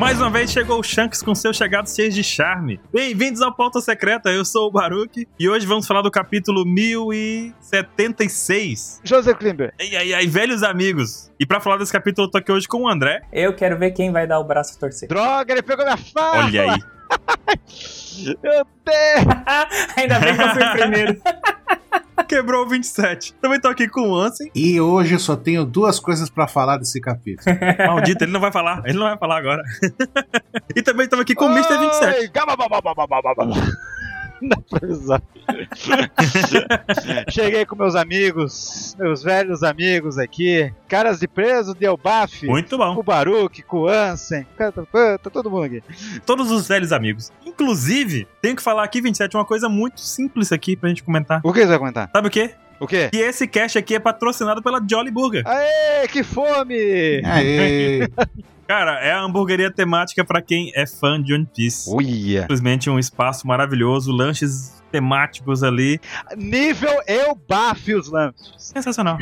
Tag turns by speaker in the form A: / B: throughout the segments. A: Mais uma vez chegou o Shanks com seus chegados cheios de charme. Bem-vindos ao Pauta Secreta, eu sou o Baruque e hoje vamos falar do capítulo 1076.
B: Joseph Klimber.
A: Ei, ai, ai, velhos amigos! E pra falar desse capítulo, eu tô aqui hoje com o André.
C: Eu quero ver quem vai dar o braço a torcer.
B: Droga, ele pegou minha fala!
A: Olha aí.
B: Meu Deus!
C: Ah, Ainda tá bem que eu fui primeiro.
A: Quebrou o 27. Também tô aqui com o Ansem.
D: E hoje eu só tenho duas coisas pra falar desse capítulo.
A: Maldito, ele não vai falar. Ele não vai falar agora. e também estamos aqui com o Mr. 27.
B: Oi, gababababababababa. Dá é pra usar. Cheguei com meus amigos, meus velhos amigos aqui. Caras de preso, deu baf.
A: Muito bom.
B: Com o Baruque, com o Ansem, com o Catapan, tá todo mundo aqui.
A: Todos os velhos amigos. Inclusive, tenho que falar aqui, 27, uma coisa muito simples aqui pra gente comentar.
B: O que você vai comentar?
A: Sabe o quê?
B: O quê?
A: Que esse cast aqui é patrocinado pela Jolly Burger. É.
B: Aê, que fome!
D: Aê!
A: Cara, é a hamburgueria temática pra quem é fã de One Piece.
B: Uia!
A: Simplesmente um espaço maravilhoso, lanches temáticos ali.
B: Nível eu bafo os lanches.
A: Sensacional.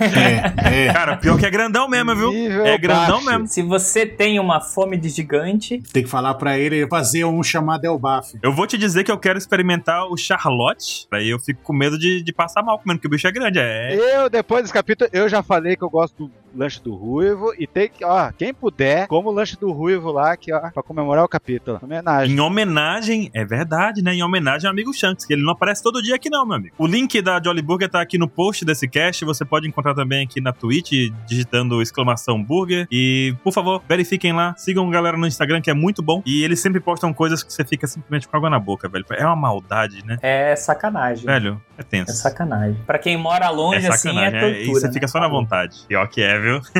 D: É, é.
A: Cara, pior que é grandão mesmo, viu?
B: Nível
A: É grandão
B: Baf.
A: mesmo.
C: Se você tem uma fome de gigante,
D: Tem que falar pra ele fazer um chamado Elbaf.
A: Eu vou te dizer que eu quero experimentar o Charlotte. Aí eu fico com medo de, de passar mal comendo, porque o bicho é grande. É.
B: Eu, depois desse capítulo, eu já falei que eu gosto do lanche do Ruivo e tem que, ó, quem puder, como o lanche do Ruivo lá, que, ó, pra comemorar o capítulo. Homenagem.
A: Em homenagem, é verdade, né? Em homenagem ao amigo Shanks, que ele não aparece todo dia aqui, não, meu amigo. O link da Jolly Burger tá aqui no post desse cast. Você pode encontrar também aqui na Twitch, digitando exclamação burger. E, por favor, verifiquem lá. Sigam a galera no Instagram, que é muito bom. E eles sempre postam coisas que você fica simplesmente com água na boca, velho. É uma maldade, né?
C: é sacanagem.
A: Velho, é
C: É
A: tenso.
C: sacanagem. Pra quem mora
A: É
C: longe, assim, é
A: sacanagem,
C: tortura.
A: é, isso
C: né?
A: fica só na vontade. Pior que é, viu?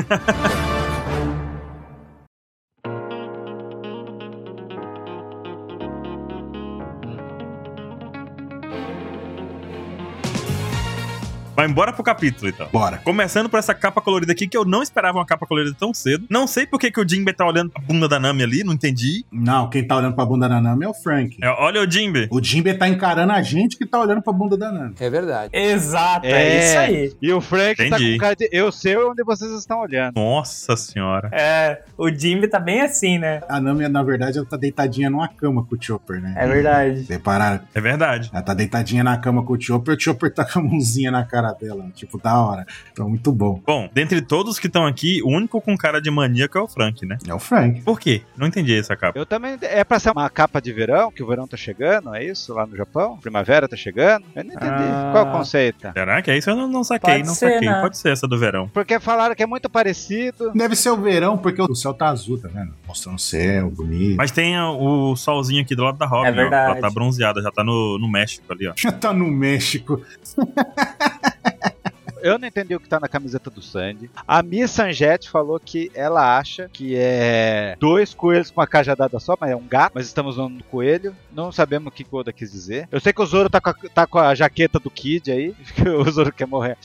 A: Vai embora pro capítulo, então.
D: Bora.
A: Começando por essa capa colorida aqui, que eu não esperava uma capa colorida tão cedo. Não sei por que, que o Jinbe tá olhando a bunda da Nami ali, não entendi.
D: Não, quem tá olhando pra bunda da Nami é o Frank.
A: É, olha o Jinbe.
D: O Jimbe tá encarando a gente que tá olhando pra bunda da Nami.
E: É verdade.
C: Exato, é.
B: É.
C: isso aí.
B: E o Frank tá
A: Entendi.
B: com cara de eu sei onde vocês estão olhando.
A: Nossa senhora.
C: É, o Jimmy tá bem assim, né?
D: A Nami, na verdade, ela tá deitadinha numa cama com o Chopper, né?
C: É verdade.
D: Repararam?
A: É verdade.
D: Ela tá deitadinha na cama com o Chopper, o Chopper tá com a mãozinha na cara dela. Tipo, da hora. Então, muito bom.
A: Bom, dentre todos que estão aqui, o único com cara de maníaco é o Frank, né?
D: É o Frank.
A: Por quê? Não entendi essa capa.
B: Eu também. É pra ser uma capa de verão, que o verão tá chegando, é isso? Lá no Japão? Primavera tá chegando? Eu não entendi.
C: Ah.
B: Qual é o conceito?
A: Será que é isso? Eu não, não saquei,
C: Pode
A: não
C: ser,
A: saquei.
C: né?
A: Pode ser essa do verão.
B: Porque falaram que é muito parecido.
D: Deve ser o verão, porque o céu tá azul, tá vendo? Mostrando o céu, bonito.
A: Mas tem o solzinho aqui do lado da Robin,
C: É
A: ó.
C: verdade.
A: Ela tá bronzeada, já tá no, no México ali, ó.
D: Já tá no México.
B: Eu não entendi o que tá na camiseta do Sandy. A Miss Sanjete falou que ela acha que é dois coelhos com uma cajadada só, mas é um gato, mas estamos usando um coelho. Não sabemos o que Goda quis dizer. Eu sei que o Zoro tá com a, tá com a jaqueta do Kid aí, que o Zoro quer morrer.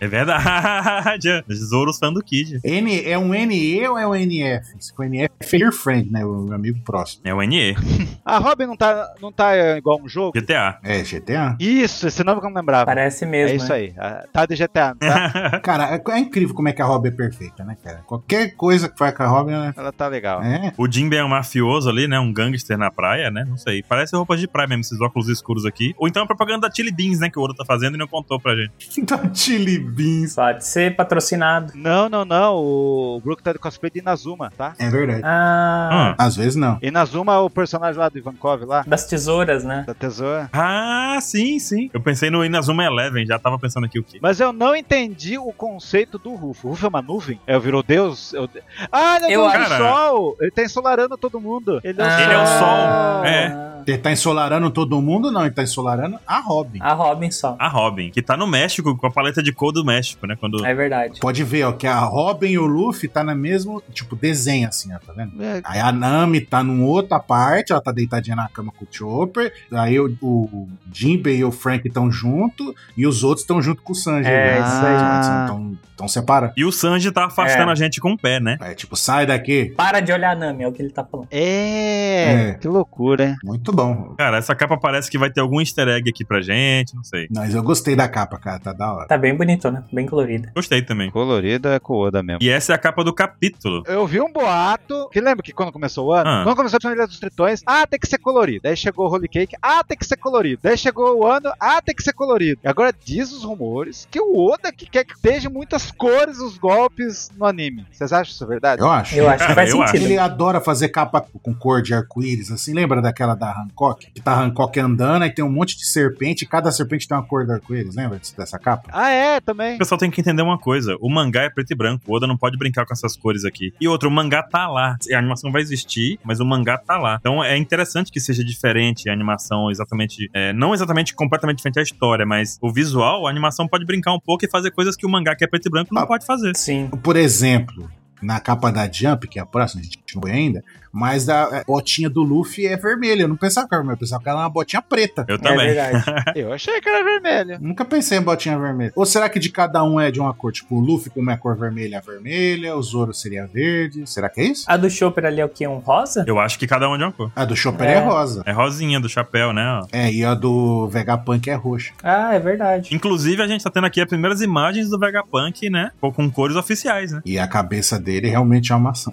A: É verdade. Zoro fã do Kid.
D: N, é um NE ou é um NF? Se for NF, é your friend, né? O meu amigo próximo.
A: É o NE,
B: A Robin não tá, não tá é, igual um jogo?
A: GTA.
D: É, GTA?
B: Isso, esse nome que eu não lembrava.
C: Parece mesmo.
B: é isso
C: né?
B: aí. Ah, Tá de GTA, não tá?
D: Cara, é, é incrível como é que a Robin é perfeita, né, cara? Qualquer coisa que faz com a Robin, né?
B: Ela tá legal.
D: É.
A: o Jinbe é um mafioso ali, né? Um gangster na praia, né? Não sei. Parece roupas de praia mesmo, esses óculos escuros aqui. Ou então a propaganda da Chili Beans, né? Que o Ouro tá fazendo e não contou pra gente.
D: Da então, Chili Beans.
C: Pode ser patrocinado.
B: Não, não, não. O Brook tá de cosplay de Inazuma, tá?
D: É verdade.
C: Ah,
A: Ah.
D: Às vezes não.
B: Inazuma é o personagem lá do Ivankov lá,
C: das tesouras, né?
B: da tesoura.
A: Ah, sim, sim. Eu pensei no Inazuma Eleven, já tava pensando aqui o quê?
B: Mas eu não entendi o conceito do Rufo. O Rufo é uma nuvem? É, virou Deus? É o de- Ah, ele é
C: Eu
B: o
A: acho-
B: do sol! Ele tá ensolarando todo mundo. Ele é o
C: Ah.
B: sol.
A: Ele é o sol, é.
D: Ele tá ensolarando todo mundo? Não, ele tá ensolarando a Robin.
C: A Robin só.
A: A Robin, que tá no México com a paleta de cor do México, né? Quando.
C: É verdade.
D: Pode ver, ó, que a Robin e o Luffy tá na mesmo, tipo, desenho, assim, ó, tá vendo?
B: É,
D: Aí a Nami tá numa outra parte, ela tá deitadinha na cama com o Chopper. Aí o, o Jinbei e o Frank estão junto, e os outros estão junto com o Sanji.
C: É,
D: né?
B: isso aí.
D: Então, Então separa.
A: E o Sanji tá afastando
C: É.
A: a gente com o pé, né?
D: É tipo, sai daqui.
C: Para de olhar a Nami, é o que ele tá falando.
B: É,
D: É.
B: que loucura, hein?
D: Muito bom.
A: Cara, essa capa parece que vai ter algum easter egg aqui pra gente, não sei.
D: Mas eu gostei da capa, cara. Tá da hora.
C: Tá bem bonito, né? Bem colorida.
A: Gostei também.
B: Colorida é cooda mesmo.
A: E essa é a capa do capítulo.
B: Eu vi um boato, que lembra que quando começou o ano,
A: Ah.
B: quando começou a Família dos Tritões, ah, tem que ser colorido. Daí chegou o Holy Cake, ah, tem que ser colorido. Daí chegou o ano, ah, tem que ser colorido. E agora diz os rumores que o Oda que quer que esteja muitas cores os golpes no anime. Vocês acham isso verdade?
D: Eu acho.
C: Eu acho que
A: Cara,
C: faz
A: eu acho.
C: sentido.
D: Ele adora fazer capa com cor de arco-íris, assim. Lembra daquela da Hancock? Que tá Hancock andando e tem um monte de serpente. E cada serpente tem uma cor de arco-íris. Lembra disso- dessa capa?
B: Ah, é, também.
A: O pessoal tem que entender uma coisa: o mangá é preto e branco, o Oda não pode brincar com essas cores aqui. E outro, o mangá tá lá. A animação vai existir, mas o mangá tá lá. Então é interessante que seja diferente a animação, exatamente. é, não exatamente completamente diferente à história, mas o visual, a animação pode brincar um pouco e fazer coisas que o mangá que é preto e branco não
D: Ah.
A: pode fazer.
C: Sim.
D: Por exemplo, na capa da Jump, que é a próxima, a gente não vê ainda. Mas a a botinha do Luffy é vermelha. Eu não pensava que era vermelha. Eu pensava que era uma botinha preta.
A: Eu
C: É
A: também.
C: verdade.
B: Eu achei que era vermelho.
D: Nunca pensei em botinha vermelha. Ou será que de cada um é de uma cor? Tipo, o Luffy, como é a cor vermelha, é vermelha. O Zoro seria verde. Será que é isso?
C: A do Chopper ali é o que? Um rosa?
A: Eu acho que cada um de uma cor.
D: A do Chopper é,
C: É.
D: rosa.
A: É rosinha do chapéu, né? ó.
D: É, e a do Vegapunk é roxa.
C: Ah, é verdade.
A: Inclusive, a gente tá tendo aqui as primeiras imagens do Vegapunk, né? Com- Com cores oficiais, né?
D: E a cabeça dele realmente é uma maçã.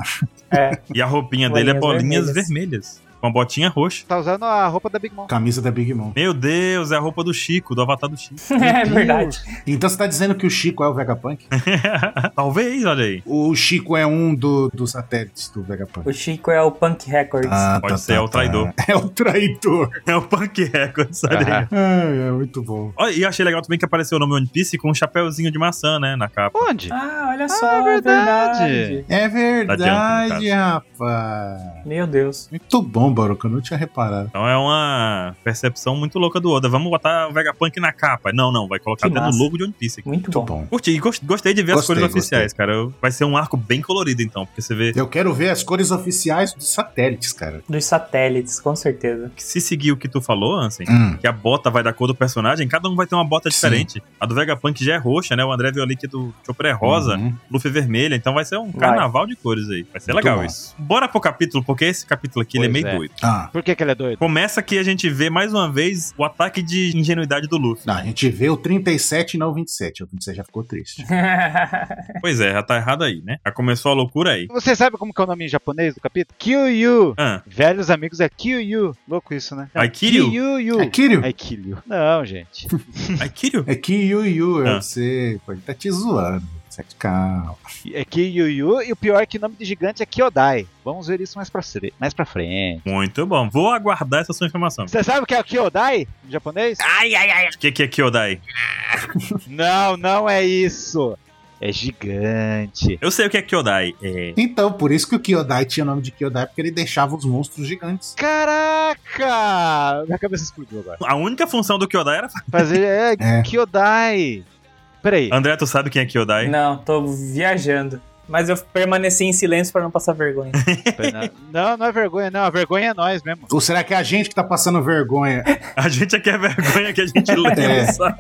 C: É.
A: E a roupinha dele é
C: Bolinhas
A: bolinhas vermelhas. com uma botinha roxa.
B: Tá usando a roupa da Big Mom.
D: Camisa da Big Mom.
A: Meu Deus, é a roupa do Chico, do avatar do Chico.
C: é verdade.
D: Então você tá dizendo que o Chico é o Vegapunk?
A: Talvez, olha aí.
D: o Chico é um do- dos satélites do Vegapunk.
C: O Chico é o Punk
D: Ah,
C: Records.
A: Pode ser, é o traidor.
D: tá, É o traidor.
A: É o Punk Records, Uhum. olha aí.
D: Ai, é muito bom.
A: Olha, E achei legal também que apareceu o nome One Piece com um chapéuzinho de maçã, né? Na capa.
B: Onde?
C: Ah, olha só, é
B: verdade.
C: verdade.
D: É
A: Adianta,
D: verdade,
A: no
D: rapaz.
C: Meu Deus.
D: Muito bom, Baruca. Eu não tinha reparado.
A: Então é uma percepção muito louca do Oda. Vamos botar o Vegapunk na capa. Não, não, vai colocar
C: Que
A: dentro do
C: massa.
A: logo de One Piece aqui.
C: Muito,
D: Muito
C: bom.
D: bom.
A: Curti, gost- gostei de ver
D: Gostei,
A: as cores
D: gostei.
A: oficiais, cara. Eu- Vai ser um arco bem colorido, então, porque você vê
D: Eu quero ver as cores oficiais dos satélites, cara.
C: Dos satélites, com certeza.
A: que se seguir o que tu falou, Ansem,
D: Hum.
A: que a bota vai da cor do personagem, cada um vai ter uma bota
D: Sim.
A: diferente. A do Vegapunk já é roxa, né? O André viu ali que do Chopper é rosa,
D: Uhum.
A: Luffy é vermelha, então vai ser um
C: Vai.
A: carnaval de cores aí. Vai ser
D: Muito
A: legal
D: bom.
A: isso. Bora pro capítulo, porque esse capítulo aqui ele é
B: Pois
A: meio
B: é.
A: doido.
D: Ah,
B: Por que, que ele é doido?
A: Começa que a gente vê mais uma vez o ataque de ingenuidade do Luffy.
D: não, a gente vê o 37 e não o 27. O 27 já ficou triste.
A: Pois é, já tá errado aí, né? Já começou a loucura aí.
B: Vocês sabem como que é o nome em japonês do capítulo? Kyuyu.
A: Ah,
B: Velhos amigos é Kyuyu. Louco isso, né?
D: Tá
A: Ai, Kiryu?
D: É
B: Kyuyu.
D: Kiryu?
B: Ai, Kiryu. Não, gente.
A: Aikirio?
D: É Kiryu,
A: Ah.
D: eu sei. Pode tá te zoando. Sete calma.
B: É Kyuyu e o pior é que o nome de gigante é Kyodai. Vamos ver isso mais pra, cre- mais pra frente.
A: Muito bom. Vou aguardar essa sua informação.
B: Você sabe o que é o Kyodai em japonês?
C: Ah.
A: O que, que é Kyodai?
B: Não, não é isso. É gigante.
A: Eu sei o que é Kyodai. É.
D: Então, por isso que o Kyodai tinha nome de Kyodai, porque ele deixava os monstros gigantes.
B: Caraca! Minha cabeça explodiu agora.
A: A única função do Kyodai era.
B: Fazer é,
D: É.
B: Kyodai. Peraí.
A: André, tu sabe quem é Kyodai?
C: Não, tô viajando. Mas eu permaneci em silêncio pra não passar vergonha.
B: peraí, Não, não é vergonha, não. A vergonha é nós mesmo.
D: Ou será que é a gente que tá passando vergonha?
A: A gente é que é vergonha que a gente lembra,
D: É.
A: sabe?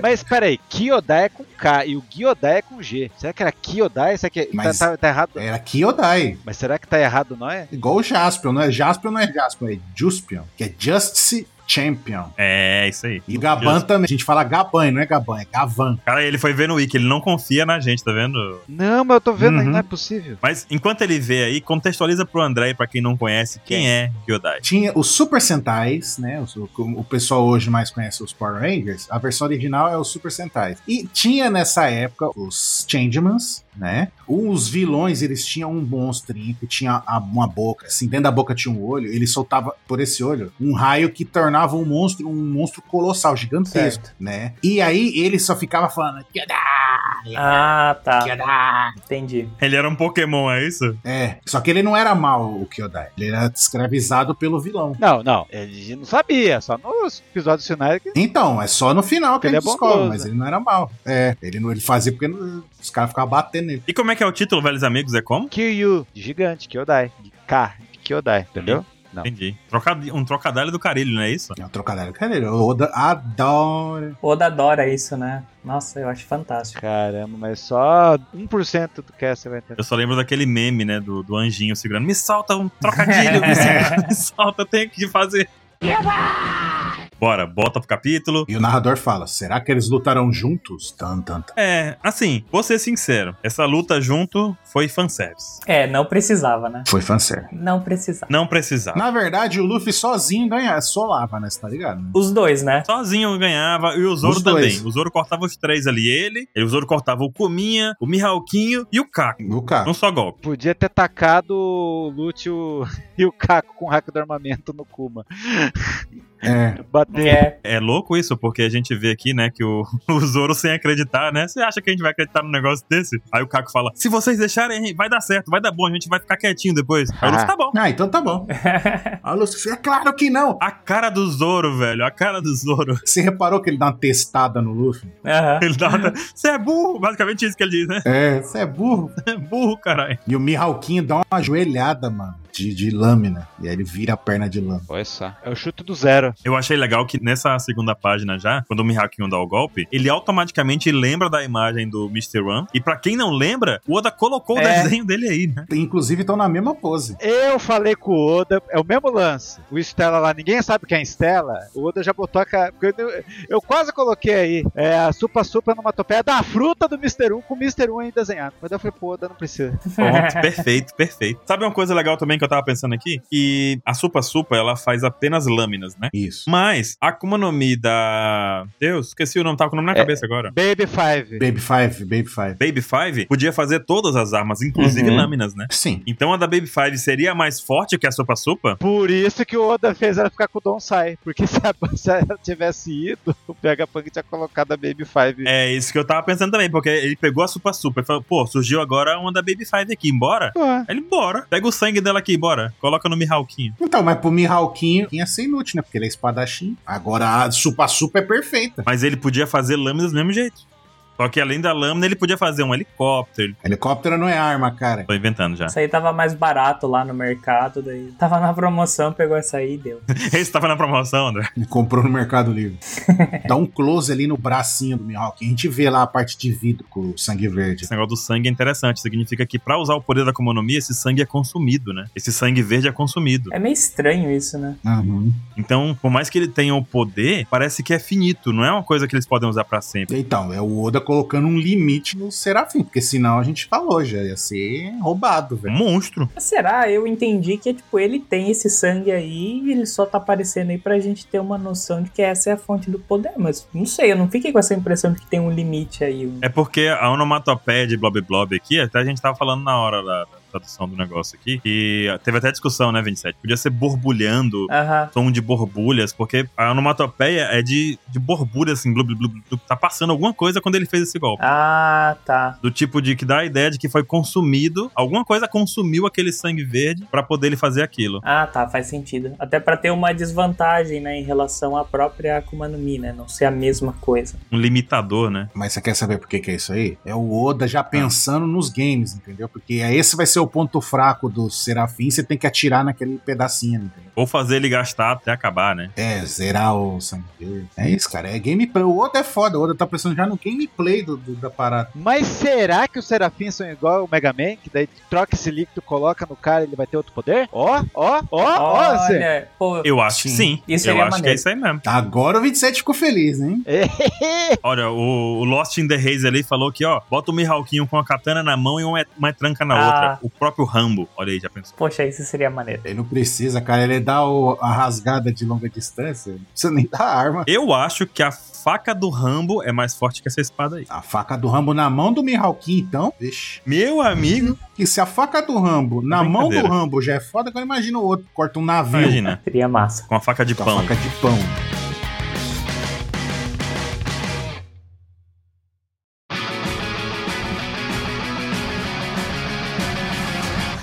B: Mas peraí, Kyodai é com K e o Gyodai é com G. Será que era Kyodai? Será que tá-
D: Mas-
B: tá, tá errado?
D: Era Kyodai.
B: Mas será que tá errado, não é?
D: Igual o Jaspion, não é Jaspion, não é Jaspion, é Juspion, que é Justice Champion.
A: É, isso aí.
D: E o Gaban também. A gente fala Gaban, não é Gaban, é Gavan.
A: Cara, ele foi ver no Wiki, ele não confia na gente, tá vendo?
B: Não, mas eu tô vendo aí,
D: Uhum.
B: não é possível.
A: Mas enquanto ele vê aí, contextualiza pro André e pra quem não conhece quem é Kyodai.
D: Tinha os Super Sentais, né? Os- O, o pessoal hoje mais conhece os Power Rangers. A versão original é os Super Sentais. E tinha nessa época os Changemans, né? Os vilões, eles tinham um monstrinho que tinha a- uma boca, assim, dentro da boca tinha um olho. Ele soltava por esse olho um raio que tornava um monstro um monstro colossal, gigantesco,
C: Certo.
D: né? E aí ele só ficava falando.
C: Ah, tá. Entendi.
A: Ele era um Pokémon, é isso?
D: É, só que ele não era mal, o Kyodai. Ele era escravizado pelo vilão.
B: Não, não. Ele não sabia, só nos episódios finais que.
D: Então, é só no final que
B: Ele é
D: ele, descobre,
B: bondoso.
D: mas ele não era mal. É, ele, não, ele fazia porque não- os caras ficavam batendo nele.
A: E como é que é o título, velhos amigos? É como?
B: Kiryu, de gigante, Kyodai. de K, de Kyodai, entendeu? Não.
A: Entendi. Trocad- um trocadilho do carilho, não é isso?
D: É um trocadilho, cara. O Oda adora.
C: Oda adora isso, né? Nossa, eu acho fantástico.
B: Caramba, mas só 1% do cast você vai entender.
A: Eu só lembro daquele meme, né? Do, do anjinho segurando. Me solta um trocadilho, me solta, me solta, eu tenho que fazer. Bora, bota pro capítulo.
D: E o narrador fala: será que eles lutarão juntos? Tan, tan, tan.
A: É, assim, vou ser sincero. Essa luta junto foi fanservice.
C: É, não precisava, né?
D: Foi fanservice.
C: Não precisava.
A: Não precisava.
D: Na verdade, o Luffy sozinho ganha, solava, né? Você tá ligado? né?
C: Os dois, né?
A: Sozinho ganhava e o Zoro
D: Os
A: também.
D: dois.
A: O Zoro cortava os três ali. Ele, e o Zoro cortava o Kuminha, o Mihawkinho e o Kaku.
D: O cara.
A: Num só golpe.
B: Podia ter tacado o Lute e o- e o Caco com o hack do armamento no Kuma.
D: É.
B: Bater.
C: É,
A: É louco isso, porque a gente vê aqui, né, que o, o Zoro sem acreditar, né? Você acha que a gente vai acreditar num negócio desse? Aí o Kaku fala: se vocês deixarem, vai dar certo, vai dar bom, a gente vai ficar quietinho depois. Aí o Luffy,
B: Ah.
A: tá bom.
D: Ah, então tá bom. A Luffy, é claro que não.
A: A cara do Zoro, velho. A cara do Zoro.
D: Você reparou que ele dá uma testada no Luffy?
C: aham.
A: Ele dá uma... Você é burro. Basicamente isso que ele diz, né?
D: É, você é burro.
A: Você é burro, caralho.
D: E o Mihawkinho dá uma ajoelhada, mano, de, de lâmina. E aí ele vira a perna de lâmina.
B: Olha só. É o chute do zero.
A: Eu achei legal que nessa segunda página já, quando o Mihawkinho dá o golpe, ele automaticamente lembra da imagem do Mr. One. E pra quem não lembra, o Oda colocou o
C: É.
A: desenho dele aí, né?
D: Inclusive, estão na mesma pose.
B: Eu falei com o Oda, é o mesmo lance. O Stella lá, ninguém sabe quem é Stella. O Oda já botou a cara. porque Eu, eu quase coloquei aí é, a Supa Supa numa topeia da fruta do Mr. 1 com o Mr. 1 aí desenhado. Mas daí eu falei, pô, Oda, não precisa.
A: Pronto, perfeito, perfeito. Sabe uma coisa legal também que eu tava pensando aqui? Que a Supa Supa, ela faz apenas lâminas, né?
D: Isso.
A: Mas a Akuma no Mi da... Deus, esqueci o nome, tava com o nome na
B: É.
A: cabeça agora.
B: Baby Five.
D: Baby Five, Baby Five.
A: Baby Five podia fazer todas as armas, inclusive
C: Uhum.
A: lâminas, né?
D: Sim.
A: Então a da Baby Five seria mais forte que a Supa Supa?
B: Por isso que o Oda fez ela ficar com o Donsai. Porque se, a- se ela tivesse ido, o PH Punk tinha colocado a Baby Five.
A: É isso que eu tava pensando também, porque ele pegou a Supa Supa e falou, pô, surgiu agora uma da Baby Five aqui, bora?
B: Ué.
A: Aí ele, bora. Pega o sangue dela aqui, bora. Coloca no Mihawkinho.
D: Então, mas pro Mihawkinho ia ser inútil, né? Porque ele é espadachim. Agora a Supa Supa é perfeita.
A: Mas ele podia fazer lâminas do mesmo jeito. Só que além da lâmina, ele podia fazer um helicóptero.
D: Helicóptero não é arma, cara.
A: Tô inventando já.
C: Isso aí tava mais barato lá no mercado, daí. Tava na promoção, pegou essa aí e deu.
A: Esse tava na promoção, André.
D: Ele comprou no Mercado Livre. Dá um close ali no bracinho do Mihawkinho. A gente vê lá a parte de vidro com o sangue verde.
A: Esse negócio do sangue é interessante. Significa que pra usar o poder da comonomia, esse sangue é consumido, né? Esse sangue verde é consumido.
C: É meio estranho isso, né?
D: Uhum.
A: Então, por mais que ele tenha o poder, parece que é finito. Não é uma coisa que eles podem usar pra sempre.
D: Então, é o Oda colocando um limite no Serafim, porque senão a gente falou, já ia ser roubado,
A: É
D: velho.
A: um monstro.
C: Mas será? Eu entendi que, tipo, ele tem esse sangue aí e ele só tá aparecendo aí pra gente ter uma noção de que essa é a fonte do poder. Mas não sei, eu não fiquei com essa impressão de que tem um limite aí. um-
A: É porque a onomatopeia de Blob Blob aqui, até a gente tava falando na hora da, da tradução do negócio aqui, e teve até discussão, né, 27? Podia ser borbulhando,
C: Aham.
A: som de borbulhas, porque a onomatopeia é de, de borbulha, assim, blub, blub, blub, blub, tá passando alguma coisa quando ele fez esse golpe.
C: Ah, tá.
A: Do tipo de que dá a ideia de que foi consumido, alguma coisa consumiu aquele sangue verde pra poder ele fazer aquilo.
C: Ah, tá, faz sentido. Até pra ter uma desvantagem, né, em relação à própria Akuma no Mi, né? Não ser a mesma coisa.
A: Um limitador, né?
D: Mas você quer saber por que, que é isso aí? É o Oda já pensando nos games, entendeu? Porque é esse vai ser o ponto fraco do Serafim, você tem que atirar naquele pedacinho, entendeu?
A: Ou fazer ele gastar até acabar, né?
D: É, zerar o sangue verde. É isso, cara. É gameplay. O Oda é foda. O Oda tá pensando já no gameplay do, do- da parada.
B: Mas será que os serafins são igual o Mega Man? Que daí troca esse líquido, coloca no cara e ele vai ter outro poder? Ó, ó, ó, ó, Zé.
C: Olha, pô,
A: Eu acho que
D: Sim.
A: sim.
C: Isso
A: Eu
C: seria
A: acho que é
C: maneiro.
A: isso aí mesmo.
D: Agora o 27 ficou feliz, hein?
B: É.
A: Olha, o, o Lost in the Haze ali falou que, ó, bota o Mihawkinho com a katana na mão e uma, é, uma tranca na
C: Ah.
A: outra. O próprio Rambo. Olha aí, já pensou.
C: poxa, isso seria maneiro.
D: Ele não precisa, cara. Ele dá o- a rasgada de longa distância. Não precisa nem dar arma.
A: Eu acho que a faca do Rambo é mais forte que essa espada aí.
D: A faca do Rambo na mão do Mihawkin, então. Vixe.
A: Meu amigo,
D: Que se a faca do Rambo na mão do
A: Brincadeira.
D: Rambo já é foda, agora imagina o outro. Corta um navio.
A: Uhum. imagina.
C: Seria massa.
A: Com a faca de
D: Com a
A: pão.
D: Então, faca de pão.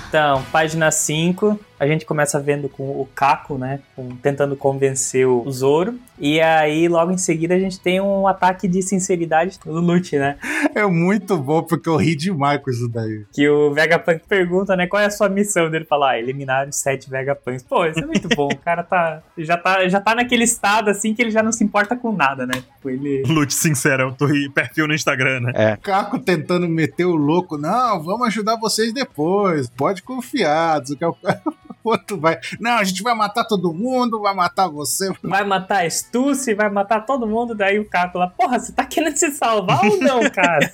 C: Então, página 5, a A gente começa vendo com o Caco, né? com- tentando convencer o Zoro. E aí, logo em seguida, a gente tem um ataque de sinceridade do Lute, né?
D: É muito bom, porque eu ri demais com isso daí.
C: Que o Vegapunk pergunta, né? Qual é a sua missão dele? Fala, ah, eliminar os sete Vegapunks. Pô, isso é muito bom. O cara tá já, tá. já tá naquele estado assim que ele já não se importa com nada, né? Tipo, ele.
A: Lute sincerão, tô aí, perfil no Instagram, né?
D: O Caco tentando meter o louco. Não, vamos ajudar vocês depois. Pode confiar. diz que é o- O outro vai. Não, a gente vai matar todo mundo, vai matar você.
C: Vai matar a Stussy, vai matar todo mundo. Daí o Caco lá, porra, você tá querendo se salvar ou não, cara?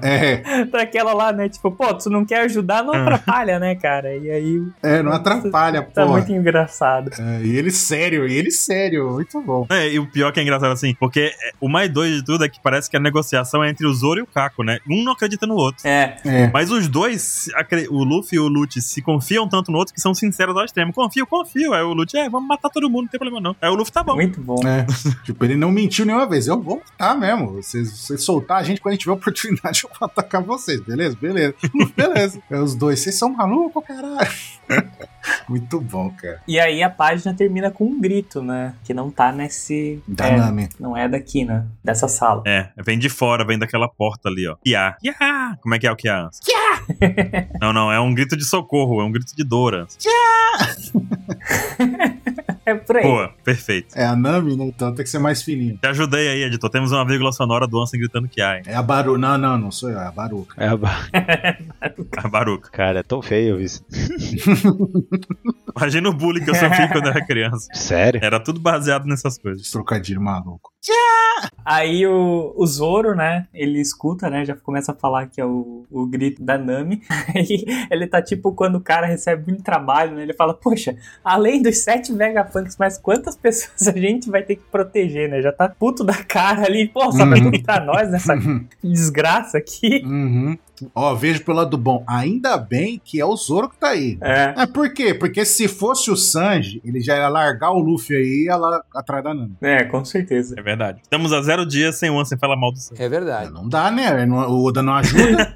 D: É,
C: tá aquela lá, né? Tipo, pô, tu não quer ajudar, não atrapalha, né, cara? E aí
D: é, não atrapalha,
C: tá
D: porra.
C: muito engraçado.
D: É, e ele sério, e ele sério, muito bom.
A: É, e o pior que é engraçado assim, porque é, o mais doido de tudo é que parece que a negociação é entre o Zoro e o Caco, né? Um não acredita no outro.
C: É,
D: É.
A: Mas os dois, acre- o Luffy e o Lute, se confiam tanto no outro que são sinceros ao extremo. Confio, confio. Aí o Lute, é, vamos matar todo mundo, não tem problema não. Aí o Luffy, tá bom.
C: muito bom.
D: É, tipo, ele não mentiu nenhuma vez. Eu vou matar mesmo. Vocês, vocês soltar a gente quando a gente tiver oportunidade, eu vou atacar vocês. Beleza, beleza. beleza. É, Os dois, vocês são malucos, caralho. Muito bom, cara.
C: E aí a página termina com um grito, né? Que não tá nesse.
D: Da
C: é,
D: Nami.
C: não é daqui, né? Dessa sala.
A: É, vem de fora, vem daquela porta ali, ó. Kiá. Kiá! Como é que é o Kiá? Kiá! Não, não, é um grito de socorro, é um grito de Dora.
C: É por aí.
A: Boa, perfeito.
D: É a Nami, né? Então tem que ser mais fininho.
A: Te ajudei aí, editor. Temos uma vírgula sonora do Ansem gritando Kiá, hein?
D: É a Baru. Não, não, não sou eu, é a Baruca.
B: É, ba-
A: A Baruca.
B: cara, é tão feio eu vi isso.
A: Imagina o bullying que eu sofri quando era criança.
B: Sério?
A: Era tudo baseado nessas coisas.
D: Esse trocadilho maluco.
C: Aí o, o Zoro, né? Ele escuta, né? Já começa a falar que é o, o grito da Nami. Aí ele tá tipo quando o cara recebe muito trabalho, né? Ele fala, poxa, além dos sete Vegapunks, mas quantas pessoas a gente vai ter que proteger, né? Já tá puto da cara ali. Pô, só vai
D: Uhum.
C: pra nós nessa desgraça aqui.
D: Uhum. Ó, vejo pelo lado bom. Ainda bem que é o Zoro que tá aí.
C: É.
D: É por quê? Porque se fosse o Sanji, ele já ia largar o Luffy aí e ia lá atrás da Nami.
C: É, com certeza.
A: É verdade. Estamos a zero dias sem o Ansem falar mal do Sanji.
E: É verdade.
D: Não dá, né? Não- O Oda não ajuda.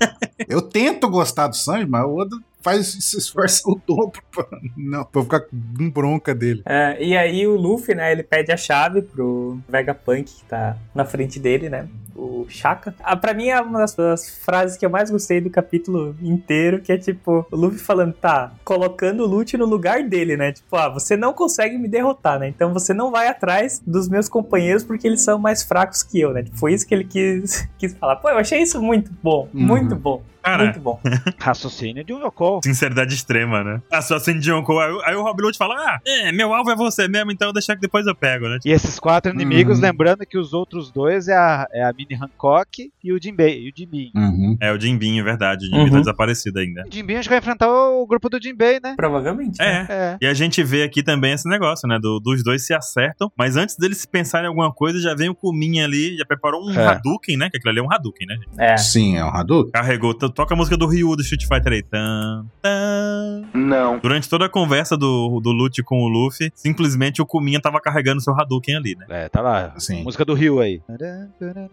D: Eu tento gostar do Sanji, mas o Oda faz se esforça o dobro pra, não, pra eu ficar com bronca dele.
C: É, e aí o Luffy, né, ele pede a chave pro Vegapunk que tá na frente dele, né? O Shaka. Ah, pra mim é uma das, das frases que eu mais gostei do capítulo inteiro, que é tipo, o Luffy falando, tá, colocando o Lute no lugar dele, né? Tipo, ah, você não consegue me derrotar, né? Então você não vai atrás dos meus companheiros porque eles são mais fracos que eu, né? Tipo, foi isso que ele quis, quis falar. Pô, eu achei isso muito bom,
D: Uhum.
C: muito bom,
A: Cara,
C: muito bom.
B: Raciocínio de um Yoko.
A: Sinceridade extrema, né? Ah, só assim de Yonkou. Aí, aí o Rob Lute fala: Ah, é, meu alvo é você mesmo, então deixa que depois eu pego, né?
B: E esses quatro inimigos,
D: Uhum.
B: lembrando que os outros dois é a, é a Mini Hancock e o Jinbei. E o Jinbei.
D: Uhum.
A: É o Jimbinho, é verdade. O Jimbinho tá
C: Uhum.
A: desaparecido ainda.
B: O Jinbei acho que vai enfrentar o grupo do Jinbei, né?
C: Provavelmente. né?
A: É.
B: É.
A: E a gente vê aqui também esse negócio, né? do- dos dois se acertam, mas antes deles se pensarem em alguma coisa, já vem o Kuminha ali, já preparou um
B: É.
A: Hadouken, né? Que aquilo ali é um Hadouken, né? gente?
C: É.
D: Sim, é um Hadouken.
A: Carregou. To- Toca a música do Ryu do Street Fighter aí. Tan, tan. Não. Durante toda a conversa do, do Lute com o Luffy, simplesmente o Kuminha tava carregando seu Hadouken ali, né?
B: É, tá lá.
D: Sim.
B: Música do Rio aí.
A: Tcharam.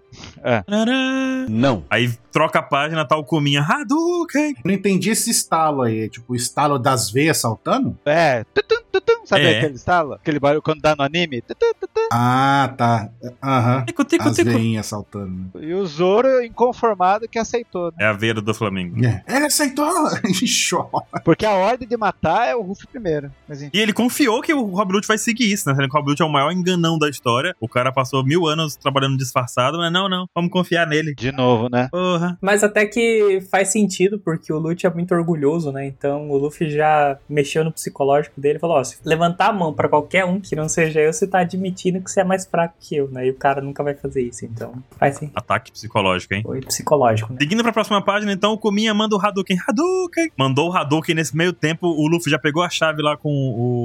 E: Não.
A: Aí troca a página, tá o Kuminha Hadouken.
D: Não entendi esse estalo aí, tipo, o estalo das veias saltando?
B: É. Tutum, tutum. Sabe
A: É.
B: aquele estalo? Aquele barulho quando dá no anime? Tutum, tutum.
D: Ah, tá. Aham.
A: Tico, tico,
D: As
C: assim
A: tico.
D: veinhas saltando.
B: E o Zoro inconformado que aceitou, né?
A: É a veira do Flamengo.
D: É. Ele aceitou! E chora.
B: Porque a ordem de matar é o Ruff primeiro. Mas enfim.
A: E ele confiou que o Rob Lute vai seguir isso, né? Sendo que o Rob Lute é o maior enganão da história. O cara passou mil anos trabalhando disfarçado, mas não, não, vamos confiar nele.
B: De novo, né?
A: Porra.
C: Mas até que faz sentido, porque o Luffy é muito orgulhoso, né? Então o Luffy já mexeu no psicológico dele e falou: ó, se levantar a mão pra qualquer um que não seja eu, você tá admitindo que você é mais fraco que eu, né? E o cara nunca vai fazer isso, então faz sentido.
A: Ataque psicológico, hein?
C: Foi psicológico, né?
A: Seguindo pra próxima página, então, o Kuminha manda o Hadouken. Hadouken! Mandou o Hadouken nesse meio tempo. O Luffy já pegou a chave lá com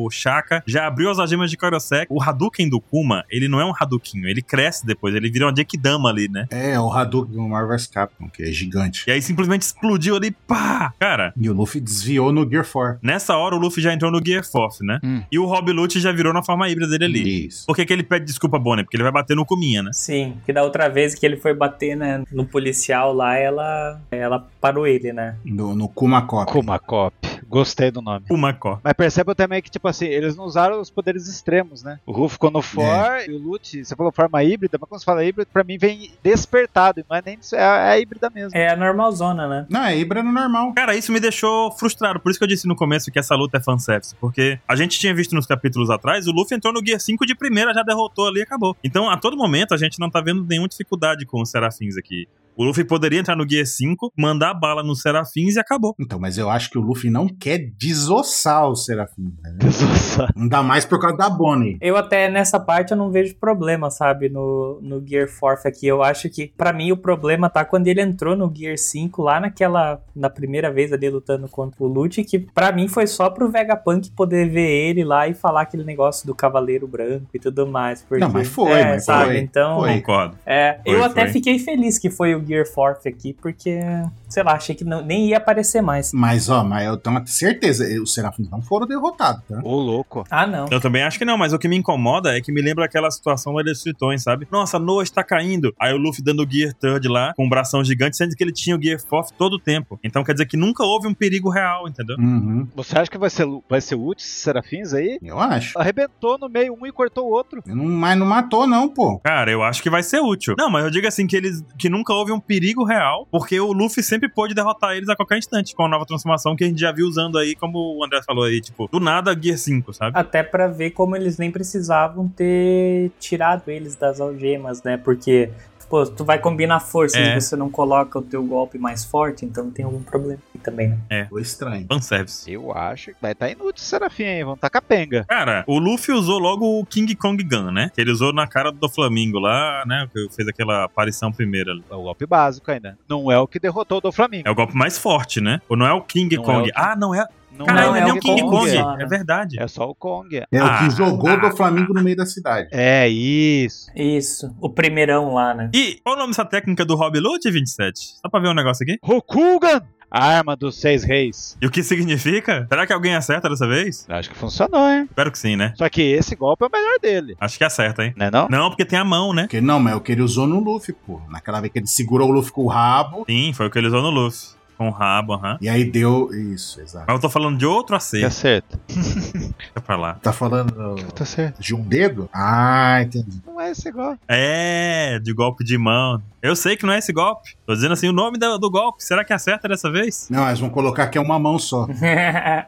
A: o Shaka, já abriu as algemas de Kairosek. O Hadouken do Kuma, ele não é um Hadouken, ele cresce depois, ele vira uma Jekidama ali, né?
D: É, o Hadouken do Marvel vs. Capcom, que é gigante.
A: E aí simplesmente explodiu ali, pá! Cara,
D: E o Luffy desviou no Gear 4.
A: Nessa hora, o Luffy já entrou no Gear Fourth, né?
B: Hum.
A: E o Rob Lute já virou na forma híbrida dele ali.
D: Isso.
A: Por que, que ele pede desculpa, Bonnie? Porque ele vai bater no Kuminha, né?
C: Sim, que da outra vez que ele foi bater, né, no policial lá, ela, ela parou ele, né?
D: No, no Kuma Cop.
B: Kuma Cop. Gostei do nome.
A: Pumacó.
B: Mas percebam também que, tipo assim, eles não usaram os poderes extremos, né? O Ruff ficou no For e o Lute, você falou forma híbrida, mas quando você fala híbrida, pra mim vem despertado, e não é nem isso, é, é a híbrida mesmo.
C: É a normalzona, né?
D: Não, é Ibra no normal.
A: Cara, isso me deixou frustrado. Por isso que eu disse no começo que essa luta é fanservice. Porque a gente tinha visto nos capítulos atrás, o Luffy entrou no Gear 5 de primeira, já derrotou ali e acabou. Então, a todo momento, a gente não tá vendo nenhuma dificuldade com os Serafins aqui. O Luffy poderia entrar no Gear 5, mandar bala nos Serafins e acabou.
D: Então, mas eu acho que o Luffy não quer desossar o Serafim. Né?
B: Desossar.
D: Ainda mais por causa da Bonnie.
C: Eu até nessa parte eu não vejo problema, sabe, no, no Gear 4 aqui. Eu acho que pra mim o problema tá quando ele entrou no Gear 5 lá naquela na primeira vez ali lutando contra o Lute, que pra mim foi só pro Vegapunk poder ver ele lá e falar aquele negócio do cavaleiro branco e tudo mais, porque
D: Não, mas foi,
C: é,
D: mas
C: sabe,
D: foi,
C: então
D: foi.
A: Concordo.
C: é,
A: Foi,
C: eu até
A: foi.
C: fiquei feliz que foi o Gear 4 aqui, porque sei lá, achei que não- nem ia aparecer mais.
D: Mas, ó, mas eu tenho certeza, eh, os Serafins não foram derrotados, tá?
B: Ô, louco.
C: Ah, não.
A: Eu também acho que não, mas o que me incomoda é que me lembra aquela situação lá dos Tritões, sabe? Nossa, Noah está caindo. Aí o Luffy dando o Gear Third lá, com um bração gigante, sendo que ele tinha o Gear Fourth todo o tempo. Então quer dizer que nunca houve um perigo real, entendeu?
D: Uhum.
B: Você acha que vai ser, vai ser útil esses serafins aí?
D: Eu acho.
B: Arrebentou no meio um e cortou o outro.
D: Eu não- mas não matou, não, pô.
A: Cara, eu acho que vai ser útil. Não, mas eu digo assim que eles que nunca houve um perigo real, porque o Luffy sempre pôde derrotar eles a qualquer instante com a nova transformação que a gente já viu usando aí, como o André falou aí, tipo, do nada Gear 5, sabe?
C: Até pra ver como eles nem precisavam ter tirado eles das algemas, né? Porque, pô, tu vai combinar forças
A: É.
C: e você não coloca o teu golpe mais forte, então tem algum problema aí também, né?
D: Foi estranho.
A: Fanservice.
B: Eu acho que vai estar inútil esses serafim aí, vão tacar penga.
A: Cara, o Luffy usou logo o King Kong Gun, né? Que ele usou na cara do Flamingo lá, né? Que fez aquela aparição primeira ali.
B: É o golpe básico ainda. Não é o que derrotou o do Flamengo.
A: É o golpe mais forte, né? Ou não é o King
B: Não é
A: Kong?
B: o-
A: Ah, não é.
B: Não
A: Caralho, não
C: é
A: é, o King Kong.
C: Kong.
A: É verdade.
B: É só o Kong.
D: É o
A: Ah,
D: que jogou
A: ah,
D: do Flamengo no meio da cidade.
B: É isso.
C: Isso, o primeirão lá, né?
A: E qual o nome dessa técnica do Rob Lute, 27? Só pra ver um negócio aqui.
B: Rokugan! A arma dos seis reis.
A: E o que significa? Será que alguém acerta dessa vez?
B: Acho que funcionou, hein?
A: Espero que sim, né?
B: Só que esse golpe é o melhor dele.
A: Acho que acerta, hein?
B: Né não?
A: Não, porque tem a mão, né?
D: Porque, não, mas é o que ele usou no Luffy, pô. Naquela vez que ele segurou o Luffy com o rabo.
A: Sim, foi o que ele usou no Luffy. Com o rabo, aham.
D: E aí deu. Isso, exato.
A: Mas eu tô falando de outro
B: Tá
A: acerto.
B: certo.
A: Deixa pra lá.
D: Tá falando
B: Tá certo.
D: de um dedo? Ah, entendi.
B: Não é esse golpe.
A: É, de golpe de mão. Eu sei que não é esse golpe. Tô dizendo assim o nome do, do golpe. Será que acerta dessa vez?
D: Não, eles vão colocar que é uma mão só.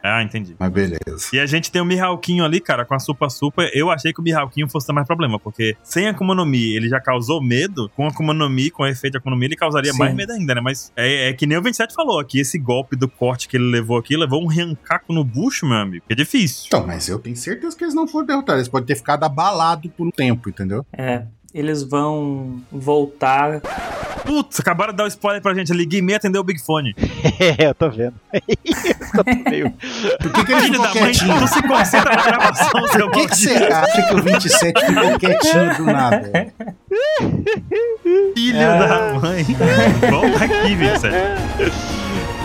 A: Ah, entendi.
D: Mas beleza.
A: E a gente tem o Mihawkinho ali, cara, com a Supa Supa. Eu achei que o Mihawkinho fosse dar mais problema, porque sem a Akuma no Mi ele já causou medo. Com a Akuma no Mi, com o efeito de Akuma no Mi, ele causaria
C: Sim.
A: mais medo ainda, né? Mas é, é que nem o 27 falou aqui, esse golpe do corte que ele levou aqui, levou um rencaco no bucho, meu amigo. É difícil.
D: Então, mas eu tenho certeza que eles não foram derrotados. Eles podem ter ficado abalados por um tempo, entendeu?
C: é, eles vão voltar.
A: Putz, acabaram de dar o spoiler pra gente ali. Guimê atendeu o Big Fone.
B: É, eu tô vendo. eu tô meio...
D: Por que, que eles
A: Filho
D: ficam
A: da mãe,
D: quietinhos?
A: tu se concentra na gravação, seu
D: Por que, que
A: maldito.
D: você acha que o 27 ficou quietinho do nada?
A: Filho da mãe. Volta aqui, Vincent.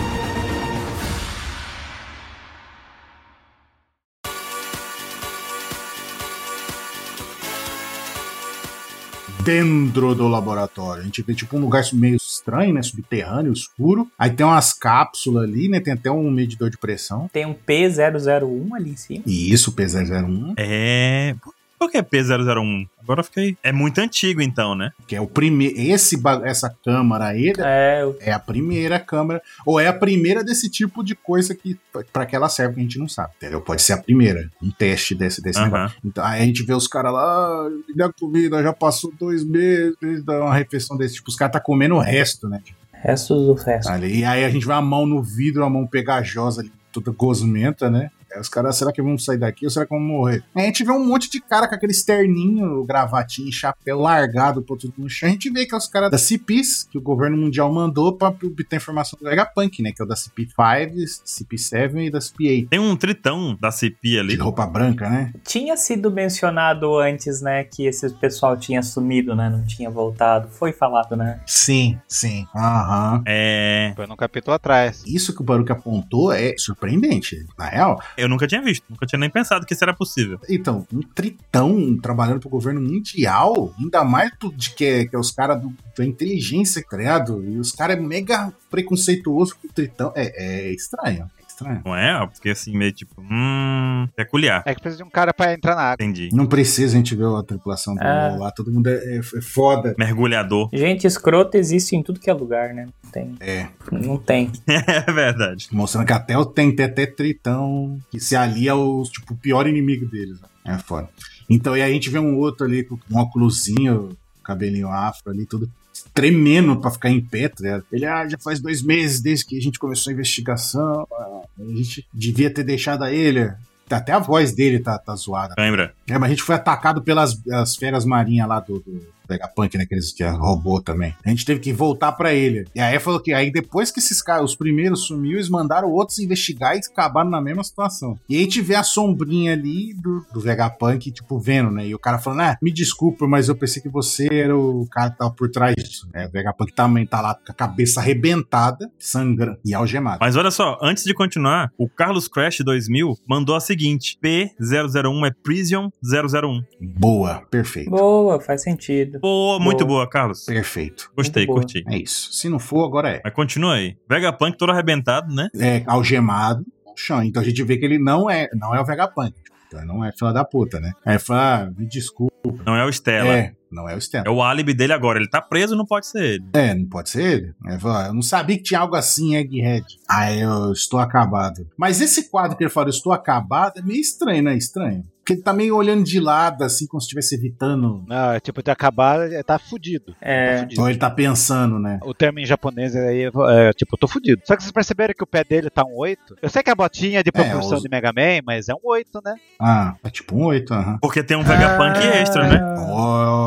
D: Dentro do laboratório. A gente vê tipo um lugar meio estranho, né? Subterrâneo, escuro. Aí tem umas cápsulas ali, né? Tem até um medidor de pressão.
C: Tem um P001 ali em cima.
D: E isso, P001,
A: É. Por que é P001? Agora eu fiquei. É muito antigo, então, né?
D: que é o primeiro. Esse ba- essa câmara aí
C: É, o-
D: é a primeira câmara, ou é a primeira desse tipo de coisa que para que ela serve que a gente não sabe, entendeu? Pode ser a primeira, um teste desse desse
A: Aham.
D: negócio. Então, aí a gente vê os caras lá, olha a comida, já passou dois meses, dá uma refeição desse tipo, os caras tá comendo o resto, né?
C: restos do resto.
D: Ali, e aí a gente vê a mão no vidro, a mão pegajosa ali, toda gosmenta, né? Aí os caras, será que vão sair daqui ou será que vão morrer? Aí a gente vê um monte de cara com aquele terninho, gravatinho, chapéu largado pro tudo no chão. A gente vê que é os caras da CPs, que o governo mundial mandou pra obter informação do Vegapunk, né? Que é o da CP5, CP7 e da CP8.
A: Tem um tritão da CP
D: De
A: ali.
D: roupa branca, né?
C: Tinha sido mencionado antes, né, que esse pessoal tinha sumido, né, não tinha voltado. Foi falado, né?
D: Sim, sim. Aham.
A: É.
B: Foi num capítulo atrás.
D: Isso que o Baruch apontou é surpreendente, na real.
A: Eu nunca tinha visto. Nunca tinha nem pensado que isso era possível.
D: Então, um tritão trabalhando pro governo mundial, ainda mais pro- de que, é- que é os caras do- da tá inteligência, criado, e os caras é mega preconceituoso com o tritão. É, é estranho. é estranho. estranho.
A: Não é? Porque assim, meio tipo, hum. Peculiar.
B: É que precisa de um cara pra entrar na água.
A: Entendi.
D: Não precisa a gente ver a tripulação do
C: É.
D: LOL lá, todo mundo é, é- é foda.
A: Mergulhador.
C: Gente, escrota existe em tudo que é lugar, né? Não tem.
D: É,
C: Não tem.
A: É verdade.
D: mostrando que até o tem até Tritão, que se alia ao tipo, o pior inimigo deles. né? É foda. Então, e aí a gente vê um outro ali com um óculosinho, cabelinho afro ali, tudo tremendo pra ficar em pé, tá ligado? Ele, ah, já faz dois meses desde que a gente começou a investigação, ah, a gente devia ter deixado a ele. Até a voz dele tá, tá zoada.
A: Lembra?
D: É, mas a gente foi atacado pelas as feras marinhas lá do, do Vegapunk, né? Que eles que roubou também. A gente teve que voltar pra ele. E aí falou que aí depois que esses caras, os primeiros sumiu, eles mandaram outros investigar e acabaram na mesma situação. E aí tiver a sombrinha ali do, do Vegapunk, tipo, vendo, né? E o cara falando, ah, me desculpa, mas eu pensei que você era o cara que tava por trás disso. É, o Vegapunk também tá lá com a cabeça arrebentada, sangrando e algemada.
A: Mas olha só, antes de continuar, o Carlos Crash 2000 mandou a seguinte: P001 é Prison 001.
D: Boa, perfeito.
C: Boa, faz sentido.
A: Boa, muito
C: Boa.
A: boa, Carlos.
D: Perfeito.
A: Gostei,
C: boa.
A: curti.
D: É isso. Se não for, agora é.
A: Mas continua aí. Vegapunk todo arrebentado, né?
D: é, algemado no chão. Então a gente vê que ele não é, não é o Vegapunk. Então ele não é fila da puta, né? Aí fala, ah, me desculpa.
A: Não é o Stella. É.
D: É, não é o Stan.
A: o álibi dele agora. Ele tá preso, não pode ser ele.
D: É, não pode ser ele. Aí fala, ah, eu não sabia que tinha algo assim, Egghead. Aí eu estou acabado. Mas esse quadro que ele fala, eu estou acabado, é meio estranho, né? Estranho. Porque ele tá meio olhando de lado, assim, como se estivesse evitando.
B: Não, é tipo, de acabar, é, tá fudido. Tá
C: É.
B: fudido.
D: Ou ele tá pensando, né?
B: O termo em japonês aí é, é, tipo, eu tô fudido. Só que vocês perceberam que o pé dele tá um 8? Eu sei que a botinha é de proporção
D: os-
B: de Mega Man, mas é um 8, né?
D: Ah, é tipo um oito, aham.
A: Porque tem um Vegapunk
C: Ah,
A: extra, né?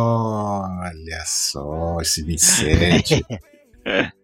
D: Olha só, esse 27.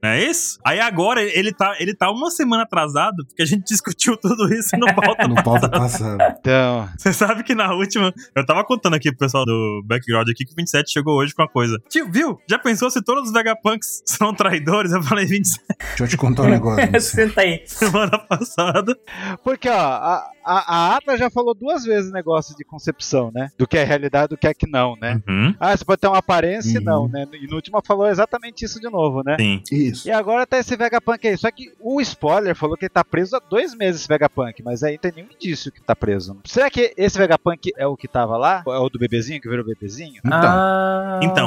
A: Não é isso? Aí agora ele tá, ele tá uma semana atrasado, porque a gente discutiu tudo isso e não pauta.
D: no pau tá passando.
B: Então,
A: Você sabe que na última, eu tava contando aqui pro pessoal do background aqui que o 27 chegou hoje com uma coisa. Tio, viu? Já pensou se todos os Vegapunks são traidores? Eu falei 27
D: Deixa eu te contar um negócio. Vinicius.
C: Senta aí.
A: semana passada.
B: porque ó, a, a, a Ata já falou duas vezes o negócio de concepção, né? Do que é realidade do que é que não, né?
A: Uhum.
B: Ah, você pode ter uma aparência e
D: Uhum.
B: não, né? E no último ela falou exatamente isso de novo, né?
A: Sim.
D: Isso.
B: E agora tá esse Vegapunk aí. Só que o spoiler falou que ele tá preso há dois meses, esse Vegapunk. Mas aí não tem nenhum indício que tá preso. Será que esse Vegapunk é o que tava lá? É o do bebezinho, que virou bebezinho?
D: Então,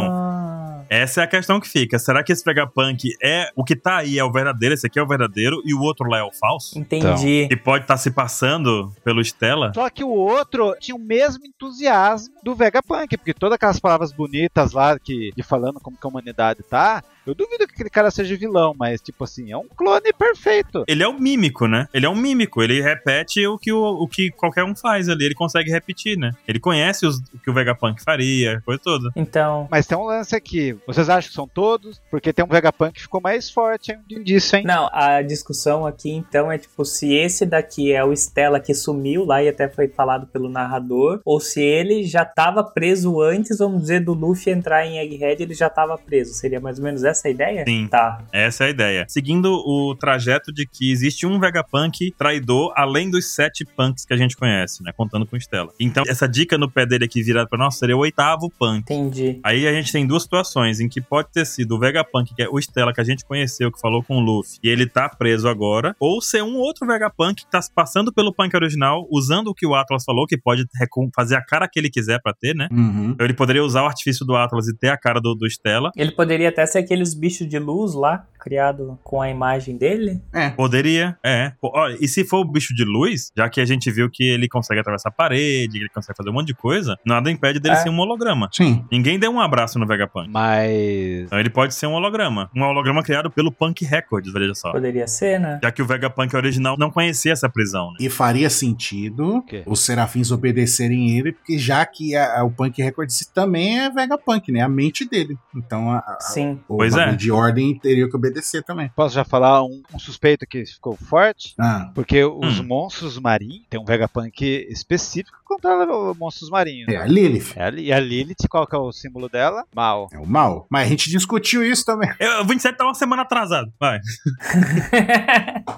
C: Ah.
A: Essa é a questão que fica. Será que esse Vegapunk é o que tá aí é o verdadeiro, esse aqui é o verdadeiro e o outro lá é o falso?
C: Entendi.
A: Que pode estar se passando pelo Stella?
B: Só que o outro tinha o mesmo entusiasmo do Vegapunk, porque todas aquelas palavras bonitas lá que de falando como que a humanidade tá, eu duvido que aquele cara seja vilão, mas tipo assim, é um clone perfeito.
A: Ele é um mímico, né? Ele é um mímico. Ele repete o que, o, o que qualquer um faz ali. Ele consegue repetir, né? Ele conhece os- o que o Vegapunk faria, coisa toda.
C: Então.
B: Mas tem um lance aqui. Vocês acham que são todos? Porque tem um Vegapunk que ficou mais forte hein, de indício, hein?
C: Não, a discussão aqui então é tipo se esse daqui é o Stella que sumiu lá e até foi falado pelo narrador, ou se ele já tava preso antes, vamos dizer, do Luffy entrar em Egghead, ele já tava preso. Seria mais ou menos essa a ideia?
A: Sim.
C: Tá.
A: Essa é a ideia. Seguindo o trajeto de que existe um Vegapunk traidor, além dos sete punks que a gente conhece, né? Contando com o Stella. Então, essa dica no pé dele aqui virada pra nós seria o oitavo punk.
C: Entendi.
A: Aí a gente tem duas situações em que pode ter sido o Vegapunk, que é o Stella que a gente conheceu, que falou com o Luffy, e ele tá preso agora, ou ser um outro Vegapunk que tá se passando pelo Punk original, usando o que o Atlas falou, que pode recon- fazer a cara que ele quiser pra ter, né?
D: uhum.
A: Então ele poderia usar o artifício do Atlas e ter a cara do, do Stella.
C: Ele poderia até ser aqueles bichos de luz lá, criado com a imagem dele.
D: É.
A: Poderia, é. Pô, Olha, e se for o bicho de luz, já que a gente viu que ele consegue atravessar a parede, ele consegue fazer um monte de coisa, nada impede dele
C: É.
A: ser um holograma.
D: Sim.
A: Ninguém deu um abraço no Vegapunk.
B: Mas.
A: Então ele pode ser um holograma. Um holograma criado pelo Punk Records, veja só.
C: Poderia ser, né?
A: Já que o Vegapunk original não conhecia essa prisão, né?
D: E faria sentido
B: quê?
D: os serafins obedecerem ele, porque já que a- a- o Punk Records também é Vegapunk, né? A mente dele. Então a, a-
C: Sim.
D: o
A: Pois é.
D: bagulho de ordem teria que obedecer também.
B: Posso já falar um, um suspeito que ficou forte?
D: Ah,
B: Porque os
A: Hum.
B: monstros marinhos, tem um Vegapunk específico que controla os monstros marinhos.
D: é a Lilith.
B: É a Li- e a Lilith, qual que é o símbolo dela? Mal.
D: É o mal. Mas a gente discutiu isso também.
A: Eu, o 27 tá uma semana atrasado. Vai.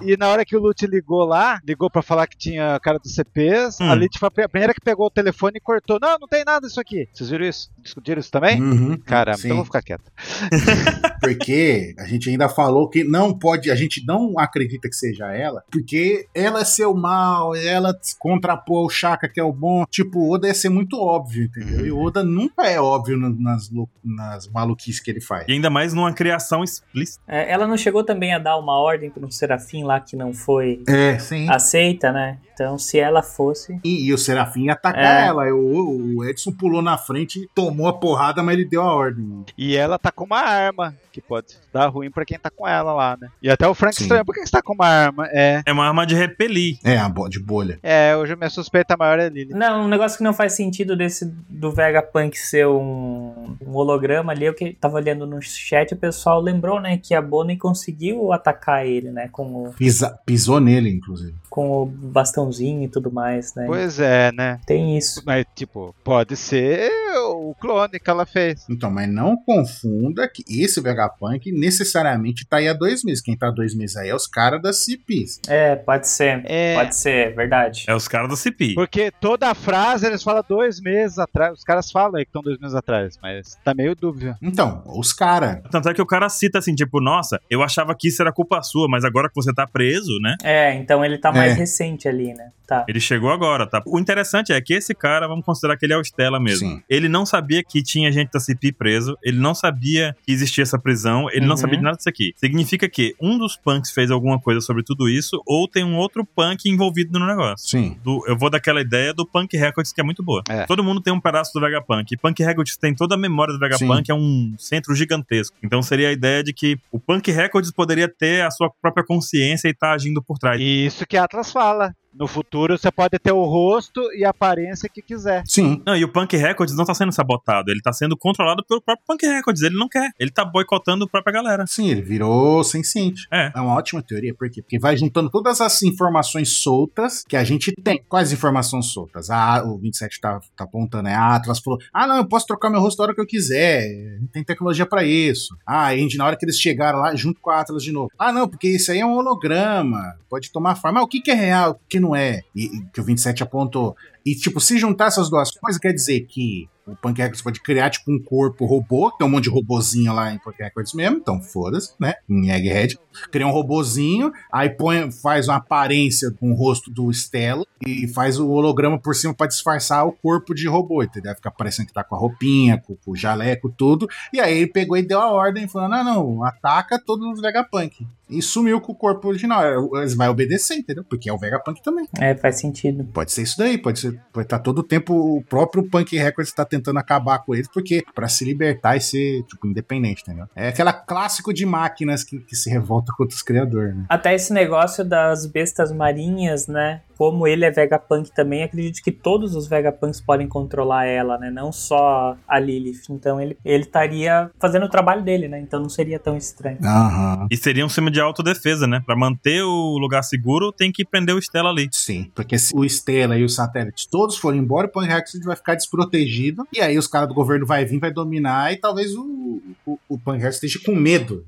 B: E na hora que o Lute ligou lá, ligou pra falar que tinha a cara dos CPs,
A: Hum.
B: a Lilith foi tipo, a pri- a primeira que pegou o telefone e cortou. Não, não tem nada isso aqui. Vocês viram isso? Discutiram isso também?
D: Uhum.
B: Cara,
D: Sim.
B: então eu vou ficar quieto.
D: Porque a gente ainda falou que não pode, a gente não acredita que seja ela, porque ela é seu mal, ela se contrapôs ao Chaka, que é o bom. Tipo, o Oda ia ser muito óbvio, entendeu? E o Oda nunca é óbvio na- nas, lou- nas maluquices que ele faz.
A: E ainda mais numa criação explícita.
C: É, Ela não chegou também a dar uma ordem para um serafim lá que não foi
D: É, sim.
C: aceita, né? Então, se ela fosse.
D: E, e o Serafim ia atacar
C: É.
D: ela. O, o Edson pulou na frente, tomou a porrada, mas ele deu a ordem.
B: E ela tá com uma arma, que pode dar ruim pra quem tá com ela lá, né? E até o Frank
D: Sim.
B: estranha, por que você tá com uma arma? É,
A: É uma arma de repelir.
D: É, a bo- de bolha.
B: é, hoje minha suspeita maior é a Lily.
C: Não, um negócio que não faz sentido desse do Vegapunk ser um, um holograma ali, eu que tava olhando no chat, o pessoal lembrou, né, que a Bonnie conseguiu atacar ele, né, com o,
D: Pisa- pisou nele, inclusive.
C: com o bastãozinho e tudo mais, né?
B: Pois é, né?
C: Tem isso.
B: Mas, tipo, pode ser o clone que ela fez.
D: Então, mas não confunda que esse Vegapunk necessariamente tá aí há dois meses. Quem tá há dois meses aí é os caras da CPs.
C: É, pode ser.
B: É,
C: Pode ser, verdade.
A: É os caras do Cipi.
B: porque toda frase eles falam dois meses atrás. Os caras falam aí que estão dois meses atrás, mas tá meio dúvida.
D: Então, os caras.
A: Tanto é que o cara cita assim, tipo, nossa, eu achava que isso era culpa sua, mas agora que você tá preso, né?
C: É, então ele tá mais
D: É.
C: recente ali, né? Tá.
A: Ele chegou agora, tá? O interessante é que esse cara, vamos considerar que ele é o Stella mesmo.
D: Sim.
A: Ele não sabia que tinha gente da CP preso, ele não sabia que existia essa prisão, ele não
C: Uhum.
A: sabia de nada disso aqui. Significa que um dos punks fez alguma coisa sobre tudo isso, ou tem um outro punk envolvido no negócio.
D: Sim.
A: Do- eu vou daquela ideia do Punk Records, que é muito boa.
B: É.
A: Todo mundo tem um pedaço do Vegapunk. Punk Records tem toda a memória do Vegapunk, é um centro gigantesco. Então seria a ideia de que o Punk Records poderia ter a sua própria consciência e estar agindo por trás.
B: E isso que a Atlas fala. No futuro você pode ter o rosto e a aparência que quiser.
D: Sim.
A: Não, e o Punk Records não tá sendo sabotado, ele tá sendo controlado pelo próprio Punk Records, ele não quer. Ele tá boicotando a própria galera.
D: Sim, ele virou senciente.
A: É.
D: É uma ótima teoria, por quê? Porque vai juntando todas as informações soltas que a gente tem. Quais informações soltas? Ah, o 27 tá, tá apontando, né? A Atlas falou: ah, não, eu posso trocar meu rosto a hora que eu quiser. Tem tecnologia pra isso. Ah, e na hora que eles chegaram lá, junto com a Atlas de novo. Ah, não, porque isso aí é um holograma. Pode tomar forma. Ah, o que, que é real? O que que não é? E, e que o 27 apontou. E, tipo, se juntar essas duas coisas, quer dizer que o Punk Records pode criar, tipo, um corpo robô, tem um monte de robozinho lá em Punk Records mesmo, então foda-se, né? Em Egghead cria um robozinho, aí põe, faz uma aparência com o rosto do Stella e faz o holograma por cima pra disfarçar o corpo de robô, entendeu? Fica parecendo que tá com a roupinha, com, com o jaleco, tudo. E aí ele pegou e deu a ordem, falando: ah, não, ataca todos os Vegapunk. E sumiu com o corpo original. Eles vai obedecer, entendeu? Porque é o Vegapunk também.
C: É, faz sentido.
D: Pode ser isso daí, pode ser. Pode estar todo o tempo o próprio Punk Records tá tentando acabar com eles, porque pra se libertar e ser, tipo, independente, entendeu? É aquela clássico de máquinas que, que se revolta contra os criadores, né?
C: Até esse negócio das bestas marinhas, né? Como ele é Vegapunk também, acredito que todos os Vegapunks podem controlar ela, né? Não só a Lilith. Então ele ele estaria fazendo o trabalho dele, né? Então não seria tão estranho.
D: Aham.
A: E seria um sistema de autodefesa, né? Pra manter o lugar seguro, tem que prender o Stella ali.
D: Sim, porque se o Estela e o satélite todos forem embora, o Punk Records vai ficar desprotegido. E aí os caras do governo vai vir, vai dominar, e talvez o, o, o Punk Records esteja com medo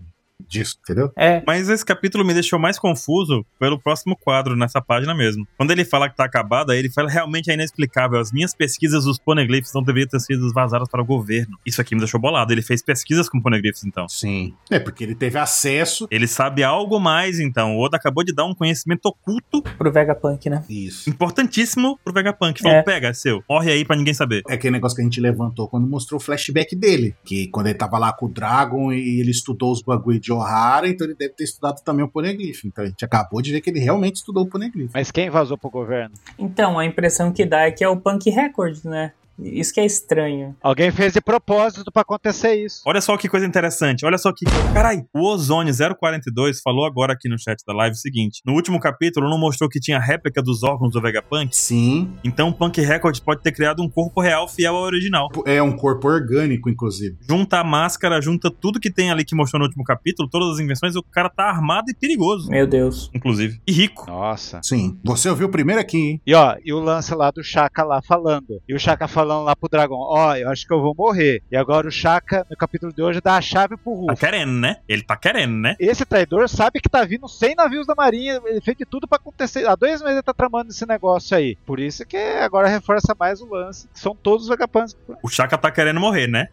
D: disso, entendeu?
C: É,
A: Mas esse capítulo me deixou mais confuso pelo próximo quadro, nessa página mesmo. Quando ele fala que tá acabado, aí ele fala realmente é inexplicável. As minhas pesquisas dos poneglyphs não deveriam ter sido vazadas para o governo. Isso aqui me deixou bolado. Ele fez pesquisas com poneglyphs, então.
D: Sim. É, porque ele teve acesso.
A: Ele sabe algo mais, então. O Oda acabou de dar um conhecimento oculto
C: pro Vegapunk, né?
D: Isso.
A: importantíssimo pro Vegapunk. Falou,
C: É.
A: pega, é seu. Morre aí pra ninguém saber.
D: É aquele negócio que a gente levantou quando mostrou o flashback dele. Que quando ele tava lá com o Dragon e ele estudou os bagulho de O'Hara, então ele deve ter estudado também o Poneglyph. Então a gente acabou de ver que ele realmente estudou o Poneglyph.
B: Mas quem vazou pro governo?
C: Então, a impressão que dá é que é o Punk Record, né? Isso que é estranho.
B: Alguém fez de propósito pra acontecer isso.
A: Olha só que coisa interessante. Olha só que. Carai, o Ozone 042 falou agora aqui no chat da live o seguinte: no último capítulo não mostrou que tinha réplica dos órgãos do Vegapunk?
D: Sim.
A: Então o Punk Records pode ter criado um corpo real fiel ao original.
D: É um corpo orgânico, inclusive.
A: Junta a máscara, junta tudo que tem ali que mostrou no último capítulo, todas as invenções, o cara tá armado e perigoso,
C: Meu Deus.
A: inclusive. E rico.
B: Nossa.
D: Sim. Você ouviu primeiro aqui, hein?
B: E ó, e o lance lá do Chaka lá falando. E o Chaka falando lá pro dragão, ó, eu acho que eu vou morrer. E agora o Shaka, no capítulo de hoje, dá a chave pro
A: Tá
B: Ruff.
A: querendo, né? Ele tá querendo, né?
B: Esse traidor sabe que tá vindo 100 navios da marinha, ele fez de tudo pra acontecer. Há dois meses ele tá tramando esse negócio aí. Por isso que agora reforça mais o lance, que são todos os vagapantes.
A: O Chaka tá querendo morrer, né?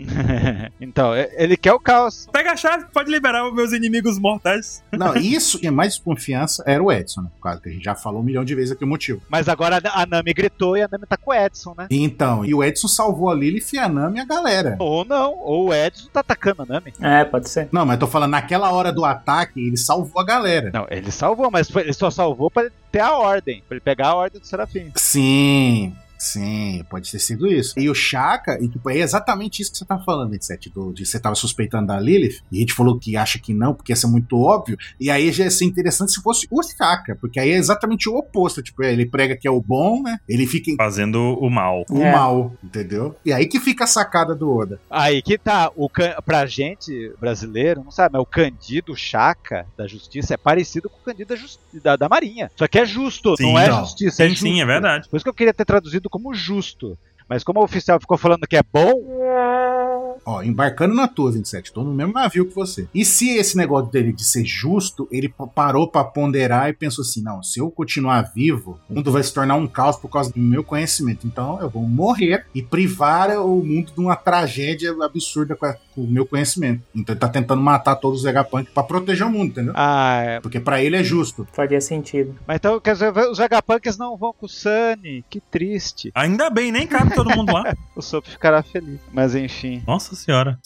B: então, é- ele quer o caos.
A: Pega a chave, pode liberar os meus inimigos mortais.
D: Não, isso que é mais desconfiança era o Edson, né? Por causa que a gente já falou um milhão de vezes aqui o motivo.
B: Mas agora a Nami gritou e a Nami tá com o Edson, né?
D: Então, e o Edson salvou a Lilith e a Nami e a galera.
B: Ou não, ou o Edson tá atacando a Nami.
C: É, pode ser.
D: Não, mas eu tô falando, naquela hora do ataque, ele salvou a galera.
B: Não, ele salvou, mas foi- ele só salvou pra ter a ordem, pra ele pegar a ordem do Serafim.
D: Sim, sim, pode ter sido isso. E o Chaka, e tipo, é exatamente isso que você tá falando, 27, do, de você tava suspeitando da Lilith, e a gente falou que acha que não, porque ia ser muito óbvio, e aí já ia ser interessante se fosse o Chaka, porque aí é exatamente o oposto, tipo, ele prega que é o bom, né? Ele fica em
A: Fazendo o mal.
D: o
C: É.
D: mal, entendeu? E aí que fica a sacada do Oda.
B: Aí que tá, o can... pra gente brasileiro, não sabe, mas o Candido Chaka da Justiça é parecido com o Candido da, Jus- da, da Marinha. Só que é justo,
A: Sim,
B: não é
D: não.
B: justiça, é
A: Sim,
B: justo.
A: sim, é verdade.
B: Por isso que eu queria ter traduzido como justo. Mas como o oficial ficou falando que é bom,
D: Ó, embarcando na tua, 27, tô no mesmo navio que você. E se esse negócio dele de ser justo, ele p- parou pra ponderar e pensou assim: não, se eu continuar vivo, o mundo vai se tornar um caos por causa do meu conhecimento. Então eu vou morrer e privar o mundo de uma tragédia absurda com, a- com o meu conhecimento. Então ele tá tentando matar todos os Vegapunk pra proteger o mundo, entendeu?
B: ah, é.
D: Porque pra ele é justo.
C: Faria sentido.
B: mas então quer dizer, os Vegapunks não vão com o Sunny, que triste.
A: Ainda bem, nem cabe todo mundo lá.
B: O Sop ficará feliz. Mas enfim.
A: Nossa senhora.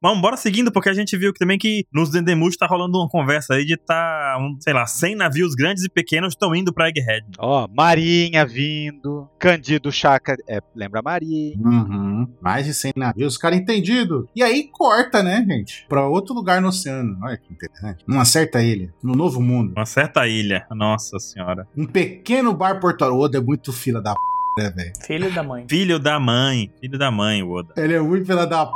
A: Vamos, bora seguindo, porque a gente viu que também que nos Dendemus tá rolando uma conversa aí de tá, um, sei lá, 100 navios grandes e pequenos estão indo pra Egghead.
B: Ó, Marinha vindo, Candido Chaka é, lembra a Marinha.
D: Uhum. Mais de 100 navios, os caras entendido. E aí corta, né, gente? Pra outro lugar no oceano. Olha que interessante. Não acerta ele. No novo mundo.
A: Uma certa ilha. Nossa senhora.
D: Um pequeno bar portuário. O Oda é muito fila da p, né, velho?
C: Filho da mãe.
A: Filho da mãe. Filho da mãe, Oda.
D: Ele é muito fila da p.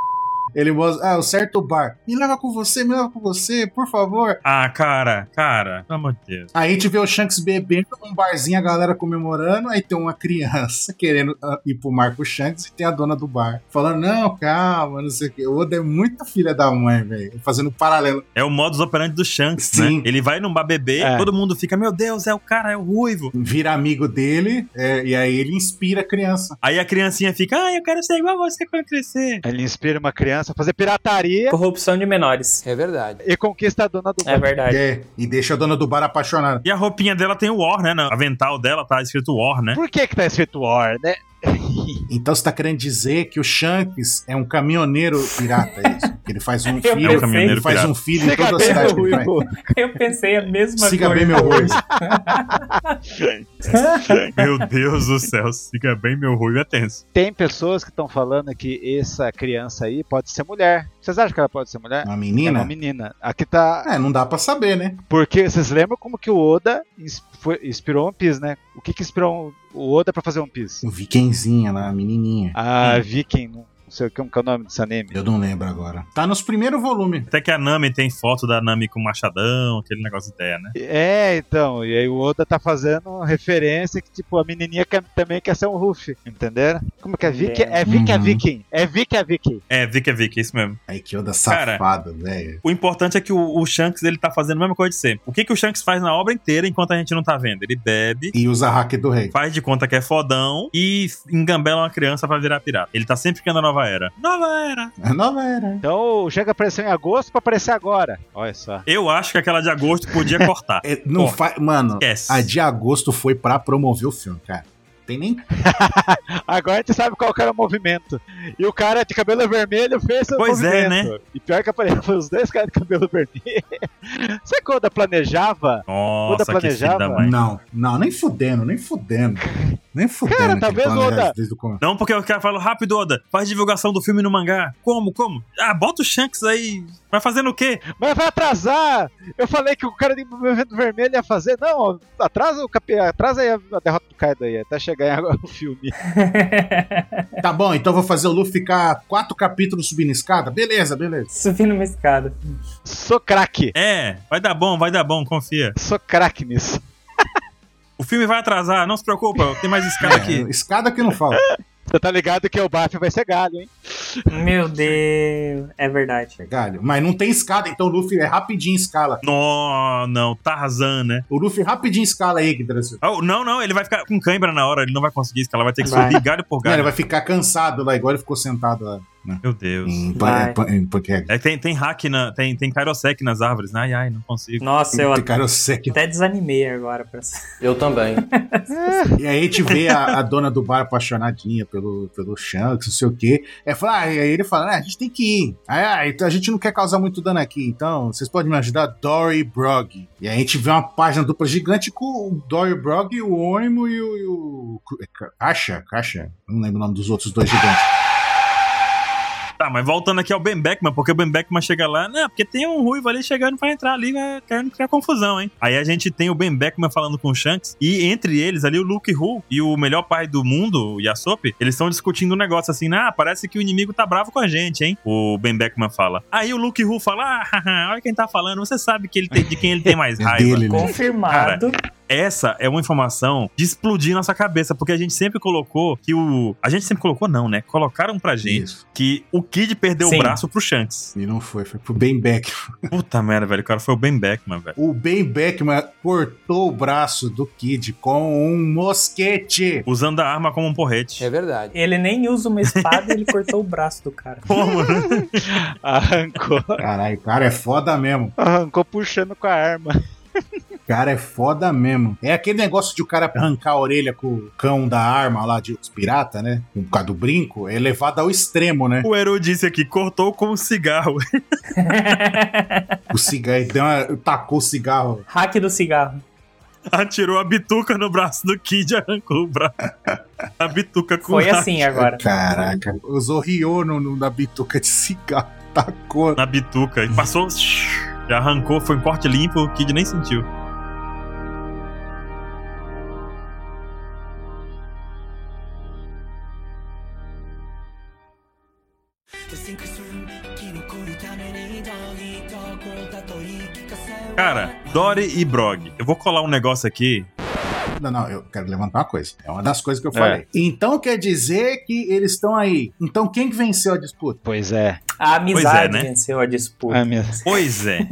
D: Ele mostra. Ah, o certo bar. Me leva com você, me leva com você, por favor.
A: Ah, cara, cara. Pelo amor de Deus.
D: Aí a gente vê o Shanks bebendo num barzinho, a galera comemorando. Aí tem uma criança querendo ah, ir pro Marco Shanks e tem a dona do bar. Falando, não, calma, não sei o quê. O Oda é muito filha da mãe, velho. Fazendo um paralelo.
A: É o modus operandi do Shanks,
D: Sim.
A: né? Ele vai num bar beber,
B: É.
A: todo mundo fica, meu Deus, é o cara, é o ruivo.
D: Vira amigo dele, é, e aí ele inspira a criança.
A: Aí a criancinha fica, ah, eu quero ser igual a você quando crescer.
B: Ele inspira uma criança a fazer pirataria
C: Corrupção de menores.
E: É verdade.
B: e conquista a dona do
C: É
B: bar.
C: verdade.
D: É, e deixa a dona do bar apaixonada.
A: E a roupinha dela tem o War, né? No avental dela tá escrito War, né?
B: Por que que tá escrito War, né?
D: Então você tá querendo dizer que o Shanks é um caminhoneiro pirata, é isso? Que ele faz um
C: Eu
D: filho,
C: pensei.
D: ele faz um filho em
B: Siga
D: toda a
B: bem,
D: cidade que
B: meu
D: ele vai.
B: Hugo.
C: Eu pensei a mesma
D: Siga
C: coisa.
D: bem meu ruivo.
A: Meu Deus do céu, fica bem meu ruivo é tenso.
B: Tem pessoas que estão falando que essa criança aí pode ser mulher. Vocês acham que ela pode ser mulher? É
D: Uma
B: uma
D: menina?
B: menina. Aqui tá.
D: É, não dá pra saber, né?
B: Porque vocês lembram como que o Oda ins- foi- inspirou One Piece, né? O que que inspirou o Oda pra fazer One Piece?
D: O Vikenzinha lá, a menininha.
B: A Viking, não sei o que como que é o nome desse anime.
D: Eu não lembro agora. Tá nos primeiros volumes.
A: Até que a Nami tem foto da Nami com o machadão, aquele negócio ideia, né?
B: É, então, e aí o Oda tá fazendo referência que, tipo, a menininha quer- também quer ser um Ruffy, entenderam? Como que é Viking? É Viking, é
D: Uhum.
B: Viking, é Viking, é Viking.
A: É, Vic é Vic, é isso mesmo.
D: Aí que Oda
A: Cara.
D: safado, velho.
A: O importante é que o, o Shanks, ele tá fazendo a mesma coisa de sempre. O que, que o Shanks faz na obra inteira enquanto a gente não tá vendo? Ele bebe,
D: E usa hack do rei.
A: faz de conta que é fodão e engambela uma criança pra virar pirata. Ele tá sempre criando a nova era. Nova era!
D: A É nova era.
B: Então, chega a aparecer em agosto pra aparecer agora. Olha só.
A: Eu acho que aquela de agosto podia cortar.
D: É, não
A: Ó.
D: faz. Mano,
A: Esquece.
D: a de agosto foi pra promover o filme, cara. Tem nem.
B: Agora a gente sabe qual que era o movimento. E o cara de cabelo vermelho fez o
A: Pois é,
B: movimento. E pior que apareceu foi os dois caras de cabelo vermelho. Sabe quando Oda planejava? Oda
A: Nossa, que filho da
B: planejava?
A: mãe.
D: Não, não, nem fudendo, nem fudendo. Nem fudendo.
B: Cara,
D: que
B: talvez
D: planeja
B: Oda-
D: Desde o começo.
A: Não, porque o cara falou, rápido, Oda, faz divulgação do filme no mangá. Como, como? Ah, bota o Shanks aí. Vai fazendo o quê?
B: Mas vai atrasar! Eu falei que o cara de movimento vermelho ia fazer. Não, ó, atrasa, o capi... atrasa aí a derrota do Kaido aí, até chegar em agora o filme.
D: Tá bom, então eu vou fazer o Luffy ficar quatro capítulos subindo escada. Beleza, beleza.
C: Subindo uma escada.
B: Sou craque!
A: É, vai dar bom, vai dar bom, confia.
B: Sou craque nisso.
A: O filme vai atrasar, não se preocupa, tem mais escada
D: É,
A: aqui.
D: escada que não falta.
B: Você tá ligado que o Bafo vai ser galho, hein?
C: Meu Deus. É verdade.
D: Galho. Mas não tem escada, então o Luffy é rapidinho em escala.
A: Não, não, Tarzan, né?
D: O Luffy é rapidinho escala aí, Yggdrasil.
A: Oh, não, não, ele vai ficar com cãibra na hora, ele não vai conseguir escalar, vai ter que
C: Vai.
A: subir galho por
D: Galho
A: galho.
D: vai ficar cansado lá, igual ele ficou sentado lá.
A: Meu Deus.
D: Em,
C: Vai.
D: pa- em Paquera.
A: É que tem, tem hack, na, tem, tem Kairosek nas árvores. né? Ai, ai, não consigo.
C: Nossa, eu
D: Ficaram sec.
C: até desanimei agora pra essa.
E: Eu também.
D: E aí a gente vê a, a dona do bar apaixonadinha pelo, pelo Shanks, não sei o quê. É, fala, ah, e aí ele fala, ah, a gente tem que ir. Ah, ah, então a gente não quer causar muito dano aqui, então vocês podem me ajudar? Dory Brog. E aí a gente vê uma página dupla gigante com o Dory Brog, o Ônimo e o... E o é Ca- Caixa? Caixa? Eu Não lembro o nome dos outros dois gigantes.
A: Tá, mas voltando aqui ao Ben Beckman, porque o Ben Beckman chega lá, não, porque tem um ruivo ali chegando pra entrar ali, né, querendo criar confusão, hein? Aí a gente tem o Ben Beckman falando com o Shanks, e entre eles ali o Luke Hu e o melhor pai do mundo, o Yasop, eles estão discutindo um negócio assim, ah, parece que o inimigo tá bravo com a gente, hein? O Ben Beckman fala. Aí o Luke Hu fala, ah, haha, olha quem tá falando, você sabe que ele tem, de quem ele tem mais
D: É
A: raiva.
D: dele, né?
C: Confirmado.
A: essa é uma informação de explodir nossa cabeça, porque a gente sempre colocou que o. A gente sempre colocou, não, né? Colocaram pra gente
D: Isso.
A: que o Kid perdeu
C: Sim.
A: o braço pro Shanks.
D: E não foi, foi pro Ben Beck.
A: Puta merda, velho. O cara foi o Ben Beckman, velho.
D: O Ben Beckman cortou o braço do Kid com um mosquete.
A: Usando a arma como um porrete.
E: É verdade.
C: Ele nem usa uma espada, ele cortou o braço do cara.
A: Como, né?
B: Arrancou.
D: Caralho, o cara é foda mesmo.
B: Arrancou puxando com a arma.
D: O cara é foda mesmo. É aquele negócio de o cara arrancar a orelha com o cão da arma lá de os pirata, né? Por causa do brinco, é levado ao extremo, né?
A: O Eru disse aqui, cortou com um cigarro.
D: O cigarro, ele deu uma- tacou o cigarro.
C: Hack do cigarro.
A: Atirou a bituca no braço do Kid e arrancou o braço. A bituca com
C: Foi
A: a-
C: assim agora.
A: é,
D: Caraca, usou Rio no, no- na bituca de cigarro. Tacou.
A: na bituca. E passou. Já arrancou, foi um corte limpo, o Kid nem sentiu. Cara, Dory e Brog. Eu vou colar um negócio aqui.
D: Não, não, eu quero levantar uma coisa. É uma das coisas que eu falei. Então quer dizer que eles estão aí. Então quem que venceu a disputa?
B: Pois é.
C: A amizade
A: Pois é, né?
C: venceu a disputa.
B: Ah, minha...
A: Pois é.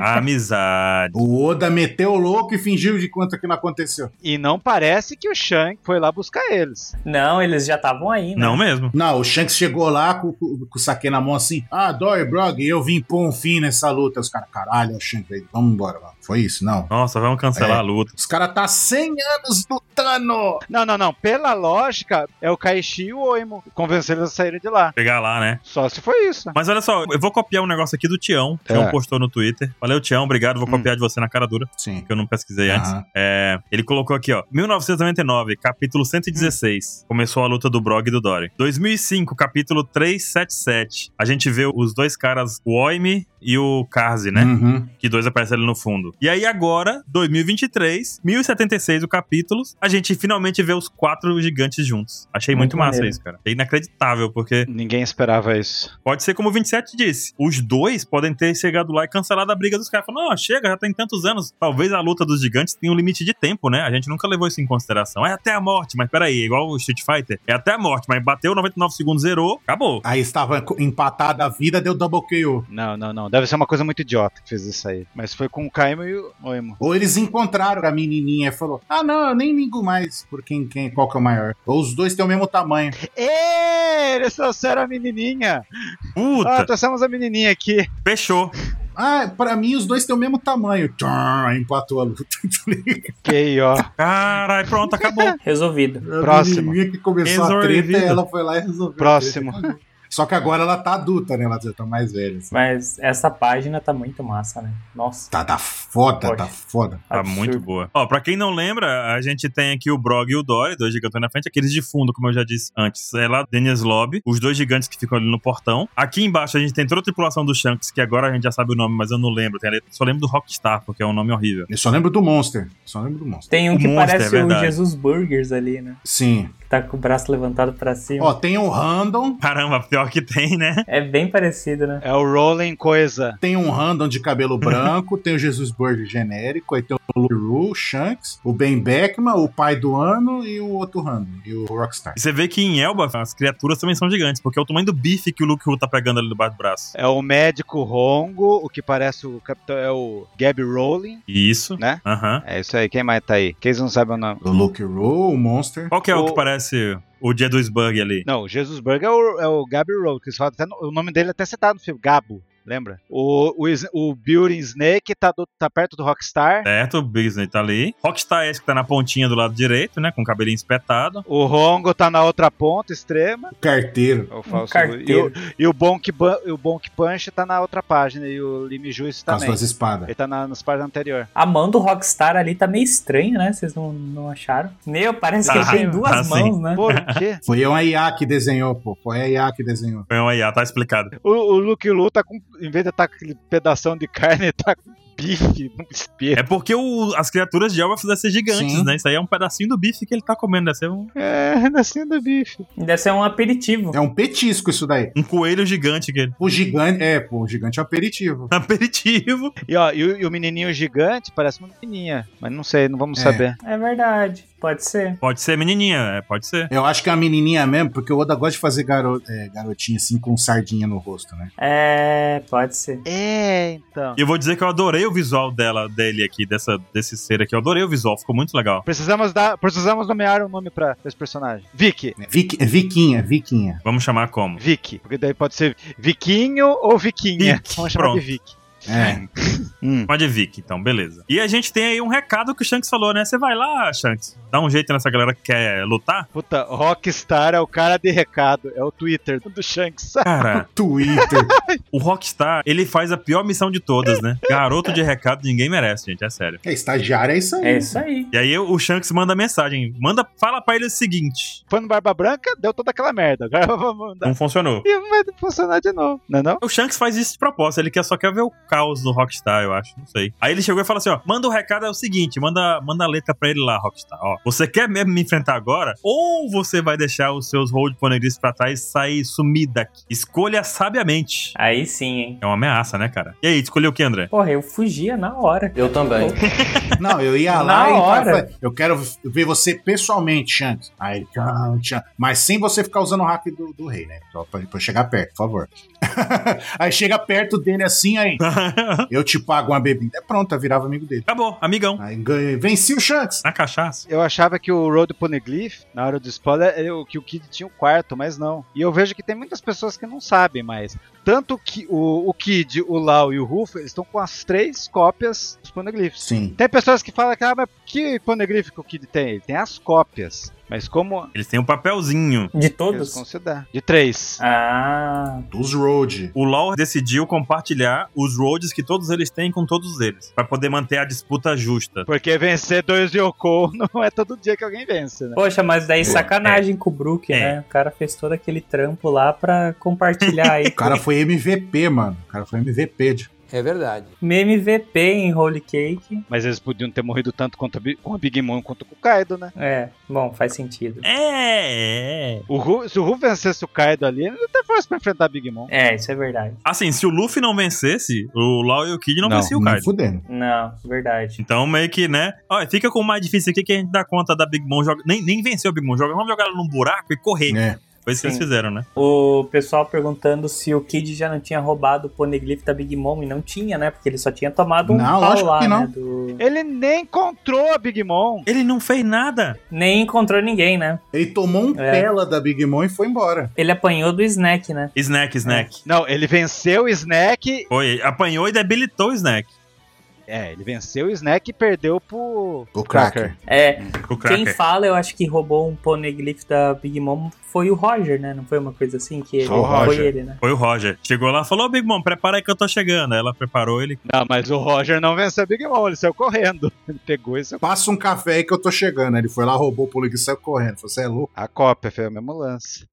A: A amizade.
D: O Oda meteu o louco e fingiu de quanto que não aconteceu.
B: E não parece que o Shank foi lá buscar eles.
C: Não, eles já estavam aí, né?
A: Não mesmo.
D: Não, o Shanks chegou lá com, com- com o saque na mão assim. Ah, Dory Brog, eu vim pôr um fim nessa luta. Os caras, caralho, é o Shanks aí, vamos embora, mano. Foi isso, não.
A: Nossa, vamos cancelar
D: É.
A: a luta.
D: Os caras tá 100 anos lutando.
B: Não, não, não. Pela lógica, é o Kaishi e o Oimo. Convencer eles a saírem de lá.
A: Pegar lá, né?
B: Só se foi isso.
A: Mas olha só, eu vou copiar um negócio aqui do Tião.
B: Tá.
A: Tião postou no Twitter. Valeu, Tião, obrigado. Vou
B: Hum.
A: copiar de você na cara dura,
D: Sim.
A: que eu não pesquisei antes.
D: Aham.
A: É, ele colocou aqui, ó. 1999, capítulo 116. Começou a luta do Brog e do Dory. 2005, capítulo 377. A gente vê os dois caras, o Oime e o Karze, né?
D: Uhum.
A: Que dois aparecem ali no fundo. E aí agora, 2023, 1076 o capítulo, a gente finalmente vê os quatro gigantes juntos. Achei muito,
C: Muito
A: massa
C: maneiro.
A: isso, cara. É inacreditável, porque
B: Ninguém esperava isso.
A: Pode ser como o 27 disse. Os dois podem ter chegado lá e cancelado a briga dos caras. Falando, não, chega, já tem tantos anos. Talvez a luta dos gigantes tenha um limite de tempo, né? A gente nunca levou isso em consideração. É até a morte, mas peraí, igual o Street Fighter. É até a morte, mas bateu 99 segundos, zerou, acabou.
D: Aí estava co- empatada a vida, deu double KO.
B: Não, não, não. Deve ser uma coisa muito idiota que fez isso aí. Mas foi com o Kaimo e o Oimo.
D: Ou eles encontraram a menininha e falou: Ah, não, eu nem ligo mais por quem, quem, qual que é o maior. Ou os dois têm o mesmo tamanho.
B: Ê, eles trouxeram a menininha. Ah,
A: Puta,
B: trouxemos a menininha aqui.
A: fechou.
D: Ah, pra mim os dois têm o mesmo tamanho. Tchum, empatou a luta.
B: Que aí, ó.
A: Caralho, pronto, acabou.
C: Resolvido.
B: Próximo.
D: A menininha que começou a
A: Resolvido.
D: treta, ela foi lá e resolveu. a
B: Próximo.
D: treta. Só que agora ela tá adulta, né? Ela já tá mais velha. assim.
C: Mas essa página tá muito massa, né? Nossa.
D: Tá, tá foda,
C: Pode.
D: tá foda.
A: Tá
C: absurdo.
A: muito boa. Ó, pra quem não lembra, a gente tem aqui o Brog e o Dory, dois gigantes na frente, aqueles de fundo, como eu já disse antes. É lá Denias Lobby, os dois gigantes que ficam ali no portão. Aqui embaixo a gente tem toda a tripulação do Shanks, que agora a gente já sabe o nome, mas eu não lembro. Tem ali- Só lembro do Rockstar, porque é um nome horrível.
D: Eu só lembro do Monster. Só lembro do Monster.
C: Tem um
A: O
C: que
A: Monster, é
C: parece o
A: verdade.
C: Jesus Burgers ali, né?
D: Sim.
C: Que tá com o braço levantado pra cima.
D: Ó, tem um random.
A: Caramba, pior que tem, né?
C: É bem parecido, né?
B: É o Rolling Coisa.
D: Tem um random de cabelo branco. tem o Jesus Burger genérico. Aí tem o o Luke Roo, o Shanks, o Ben Beckman, o pai do ano e o outro Rando, e o Rockstar.
A: E você vê que em Elba as criaturas também são gigantes, porque é o tamanho do bife que o Luke Ru tá pegando ali debaixo do braço.
B: É o médico Rongo, o que parece o capitão é o Gabby Rowling,
A: Isso.
B: né?
A: Aham.
B: É isso aí, quem mais tá aí? Quem não sabe o nome?
D: O Luke Roo, o Monster.
A: Qual que é o...
B: O-
A: que parece o dia dos bug ali?
B: Não, o Jesus Burger é o, é o Gabby Road, que eles falam até no- o nome dele é até citado no filme, Gabo, lembra? O, o, Is- o Building Snake tá, do- tá perto do Rockstar,
A: Certo, o Bigsney tá ali. Rockstar é esse que tá na pontinha do lado direito, né? Com o cabelinho espetado.
B: o Rongo tá na outra ponta extrema,
D: O carteiro.
B: É o
C: Um
B: falso, e,
C: carteiro.
B: o, e o Bonk, Bun- e o Bonk Punch tá na outra página, e o Lime Juice
D: Com as
B: também.
D: suas espadas.
B: Ele tá na, nas páginas anteriores.
C: A mão do Rockstar ali tá meio estranha, né? Vocês não, não acharam? Meu, parece que
A: Ah,
C: ele tem duas
A: ah, sim.
C: mãos, né?
B: Por quê?
D: Foi a IA que desenhou, pô. Foi a IA que desenhou.
A: Foi um aí, ah, tá explicado.
B: O, o Luke Lu tá com, em vez de tá com aquele pedação de carne, ele tá com bife, um espeto.
A: É porque o- as criaturas de Elba precisam ser gigantes,
D: Sim.
A: né? Isso aí é um pedacinho do bife que ele tá comendo. Deve ser um,
B: É, nascendo bife.
C: Deve ser um aperitivo.
D: É um petisco isso daí.
A: um coelho gigante que ele. tá
D: O gigante. É, pô, o gigante é um aperitivo.
A: Aperitivo.
B: E ó, e o, e o menininho gigante parece uma menininha, mas não sei, não vamos
D: É.
B: saber.
C: É verdade, pode ser.
A: Pode ser menininha, é, pode ser.
D: Eu acho que é uma menininha mesmo, porque o Oda gosta de fazer garo- é, garotinha assim com sardinha no rosto, né?
C: É, pode ser.
B: É, então.
A: E eu vou dizer que eu adorei o visual dela, dele aqui, dessa, desse ser aqui. Eu adorei o visual, ficou muito legal.
B: Precisamos, dar, precisamos nomear um nome pra esse personagem. Vicky.
D: Vic, é Viquinha, Viquinha.
A: Vamos chamar como?
B: Vicky. Porque daí pode ser Viquinho ou Viquinha.
A: Vicky,
B: Vamos chamar
A: pronto.
B: de Vicky.
D: É.
B: Hum.
A: Pode Vic, então, beleza. E a gente tem aí um recado que o Shanks falou, né? Você vai lá, Shanks, dá um jeito nessa galera que quer lutar.
B: Puta, Rockstar é o cara de recado. É o Twitter do Shanks.
A: Cara,
D: Twitter.
A: O Rockstar, ele faz a pior missão de todas, né? Garoto de recado ninguém merece, gente, é sério.
D: é, estagiário é isso aí.
C: É isso aí.
A: E aí o Shanks manda mensagem, manda, fala pra ele o seguinte,
B: Foi no Barba Branca, deu toda aquela merda. Agora vamos mandar.
A: não funcionou.
B: E vai funcionar de novo. Não é não?
A: O Shanks faz isso de propósito, ele quer, só quer ver o caos do Rockstar, eu acho, não sei. Aí ele chegou e falou assim, ó, manda o recado, é o seguinte, manda, manda a letra pra ele lá, Rockstar, ó. Você quer mesmo me enfrentar agora? Ou você vai deixar os seus Road Ponegris pra trás e sair sumido daqui? Escolha sabiamente.
C: Aí sim, hein?
A: É uma ameaça, né, cara? E aí, tu escolheu o que, André?
C: Porra, eu fugia na hora.
E: Eu também.
D: Não, eu ia
C: Na
D: lá e
C: hora.
D: falava, eu quero ver você pessoalmente, Shanks. Aí, ah, Shanks. mas sem você ficar usando o hack do, do rei, né? Só pra, pra eu chegar perto, por favor. aí chega perto dele assim, aí eu te pago uma bebida. É pronto, eu virava amigo dele.
A: Acabou, amigão.
D: Aí ganhei, venci o Shanks.
A: Na cachaça.
B: Eu achava que o Road Poneglyph, na hora do spoiler, é o- que o Kid tinha um quarto, mas não. E eu vejo que tem muitas pessoas que não sabem mais. Tanto que o, o Kid, o Lau e o Rufo, eles estão com as três cópias dos Poneglyphs.
D: Sim.
B: Tem pessoas que falam que, ah, mas que Poneglyph que o Kid tem? Ele tem as cópias. Mas como
A: Eles têm um papelzinho.
C: De
B: eles
C: todos?
B: consideram? De três.
C: Ah,
D: Dos Road.
A: O LoL decidiu compartilhar os roads que todos eles têm com todos eles, Pra poder manter a disputa justa.
B: Porque vencer dois Yoko não é todo dia que alguém vence, né?
C: poxa, mas daí sacanagem com o Brook,
A: É.
C: né? O cara fez todo aquele trampo lá pra compartilhar aí.
D: O cara foi MVP, mano. O cara foi MVP. De...
E: É verdade.
C: MVP em Holy Cake.
B: Mas eles podiam ter morrido tanto contra, a Bi- com a Big Mom quanto com o Kaido, né?
C: É, bom, faz sentido.
A: É!
B: O Ru- se o Ru vencesse o Kaido ali, ele até fosse pra enfrentar a Big Mom.
C: É, isso é verdade.
A: Assim, se o Luffy não vencesse, o LoL e o Kid não,
B: Não,
A: venciam o
D: Nem
A: Kaido.
D: fudendo.
C: Não, verdade.
A: Então, meio que, né? Olha, fica com o mais difícil aqui que a gente dá conta da Big Mom. Joga... Nem, nem venceu a Big Mom. Joga... Vamos jogar ela num buraco e correr.
D: É.
A: Foi isso que eles
C: Sim.
A: fizeram, né?
C: O pessoal perguntando se o Kid já não tinha roubado o Poneglyph da Big Mom e não tinha, né? Porque ele só tinha tomado um
D: Não,
C: pau
D: lógico
C: lá,
D: que não.
C: né? do-
B: Ele nem encontrou a Big Mom.
A: Ele não fez nada.
C: Nem encontrou ninguém, né?
D: Ele tomou um
C: É.
D: tela da Big Mom e foi embora.
C: Ele apanhou do Snack, né?
A: Snack, Snack.
B: Não, ele venceu o Snack.
A: Foi, apanhou e debilitou o Snack.
B: É, ele venceu o Snack e perdeu pro.
D: O Cracker.
C: É,
A: O
C: quem
A: Cracker.
C: fala, eu acho que roubou um Poneglyph da Big Mom foi o Roger, né? Não foi uma coisa assim que ele
D: Só o
C: foi
D: Roger.
C: ele, né?
A: Foi o Roger. Chegou lá e falou: Ô, Big Mom, prepara aí que eu tô chegando. Aí ela preparou ele.
B: Não, mas o Roger não venceu a Big Mom, ele saiu correndo. Ele pegou e saiu.
D: Passa um café aí que eu tô chegando. Aí Ele foi lá, roubou o Poliguinho e saiu correndo. Falou, você é louco?
B: A cópia foi o mesmo lance.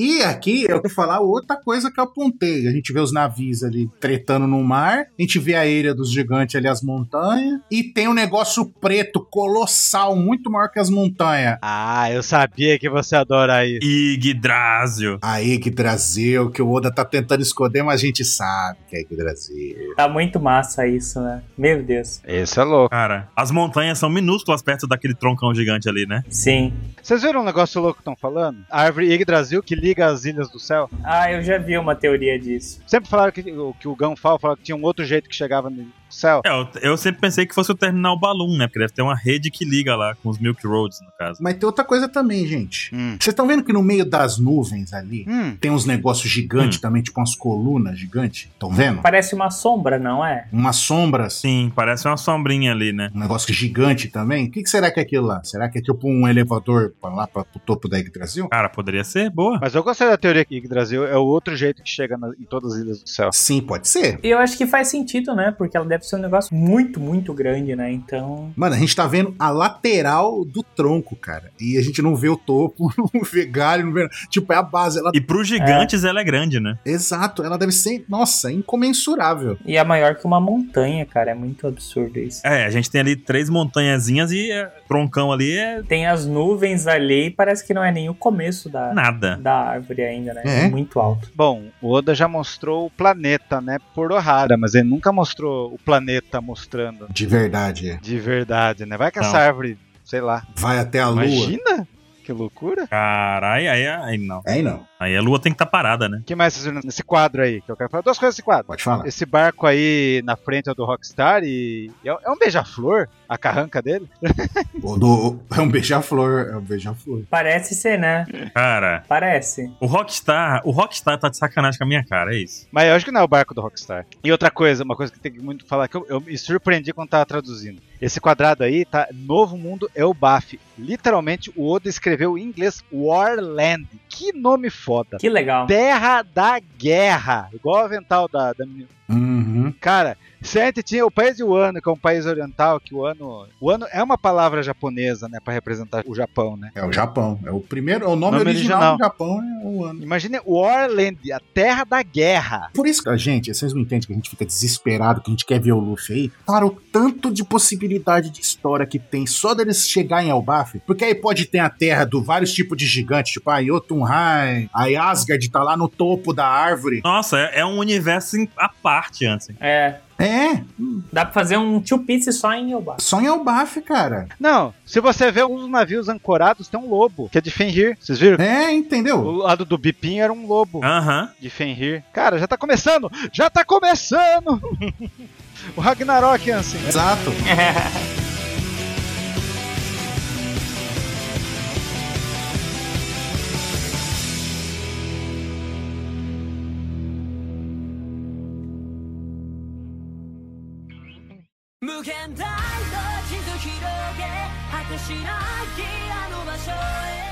D: E aqui eu vou falar outra coisa que eu apontei. A gente vê os navios ali tretando no mar, a gente vê a ilha dos gigantes ali, as montanhas, e tem um negócio preto colossal, muito maior que as montanhas.
B: Ah, eu sabia que você adora isso.
A: Yggdrasil.
D: A Yggdrasil, que o Oda tá tentando esconder, mas a gente sabe que é Yggdrasil.
C: Tá muito massa isso, né? Meu Deus.
B: Esse é louco.
A: Cara, as montanhas são minúsculas perto daquele troncão gigante ali, né?
C: Sim.
B: Vocês viram um negócio louco que estão falando? A árvore Yggdrasil que liga as ilhas do céu?
C: Ah, eu já vi uma teoria disso.
B: Sempre falaram que, o- que o Gunfall falou que tinha um outro jeito que chegava no céu.
A: É, eu, eu sempre pensei que fosse o terminal Balloon, né? Porque deve ter uma rede que liga lá com os Milk Roads, no caso.
D: Mas tem outra coisa também, gente.
B: Hum.
D: Vocês estão vendo que no meio das nuvens ali
B: Hum.
D: tem uns negócios gigantes também, tipo umas colunas gigantes? Estão vendo?
C: Parece uma sombra, não é?
D: Umas sombras.
A: Sim, parece uma sombrinha ali, né?
D: Um negócio gigante também. O que, que será que é aquilo lá? Será que é tipo um elevador pra lá pra, pro topo da Yggdrasil?
A: Cara, poderia ser boa.
B: Mas eu gostei da teoria que Yggdrasil é o outro jeito que chega na- em todas as ilhas do céu.
D: Sim, pode ser.
C: E eu acho que faz sentido, né? Porque ela deve ser um negócio muito, muito grande, né? Então.
D: Mano, a gente tá vendo a lateral do tronco, cara. E a gente não vê o topo, não vê galho, não vê. Tipo, é a base. Ela...
A: E pros gigantes ela é grande, né?
D: Exato, ela deve ser, nossa, incomensurável.
C: E é maior que uma montanha, cara. É muito absurdo isso.
A: É, a gente tem ali três montanhazinhas e é, troncão ali é
C: Tem as nuvens ali e parece que não é nem o começo da,
A: nada.
C: da árvore ainda, né?
D: É.
C: Muito alto.
B: Bom, o Oda já mostrou o planeta, né? Por Ohara, mas ele nunca mostrou o planeta mostrando né,
D: De verdade. é.
B: de verdade, né? Vai que essa
A: Não.
B: árvore, sei lá.
D: Vai até a lua.
B: Imagina? Que loucura.
A: Caralho, aí, é, aí não.
D: Aí É, não,
A: Aí a lua tem que estar parada, né?
B: O que mais vocês viram nesse quadro aí? Que eu quero falar duas coisas desse quadro.
D: pode falar.
B: Esse barco aí na frente é do Rockstar e. e É é um beija-flor? A carranca dele?
D: O do- É um beija-flor, é um beija-flor.
C: Parece ser, né?
A: Cara,
C: Parece.
A: o Rockstar, o Rockstar tá de sacanagem com a minha cara, é isso.
B: Mas eu acho que não é o barco do Rockstar. E outra coisa, uma coisa que tem que muito falar, que eu, eu me surpreendi quando tava traduzindo. Esse quadrado aí, tá? Novo Mundo é o Baf. Literalmente, o Oda escreveu em inglês Warland. Que nome foda.
C: Que legal.
B: Terra da Guerra. Igual o avental da, da menina.
D: Uhum.
B: Cara, se a gente tinha o país de Wano, que é um país oriental, que o ano. O ano é uma palavra japonesa, né? Pra representar o Japão, né?
D: É o Japão. É o primeiro, é o nome,
B: Nome
D: original,
B: original.
D: do Japão é o ano.
B: Imagine Warland, a terra da guerra.
D: Por isso que a gente, vocês não entendem que a gente fica desesperado, que a gente quer ver o Luffy aí. Para o tanto de possibilidade de história que tem só deles chegarem ao Baf, porque aí pode ter a terra do vários tipos de gigantes, tipo a Jotunheim, aí Asgard tá lá no topo da árvore.
A: Nossa, é, é um universo em- à parte, Ansem.
C: É.
D: É,
C: Dá pra fazer um two-piece só em Elba.
D: só em Elbaf, cara.
B: Não, se você vê os navios ancorados, tem um lobo, que é de Fenrir. Vocês viram?
D: É,
B: O
D: entendeu?
B: lado do Bipinho era um
A: Ah.
B: lobo
A: Aham.
B: de Fenrir. Cara, já tá começando! Já tá começando! o Ragnarok, assim.
D: Exato.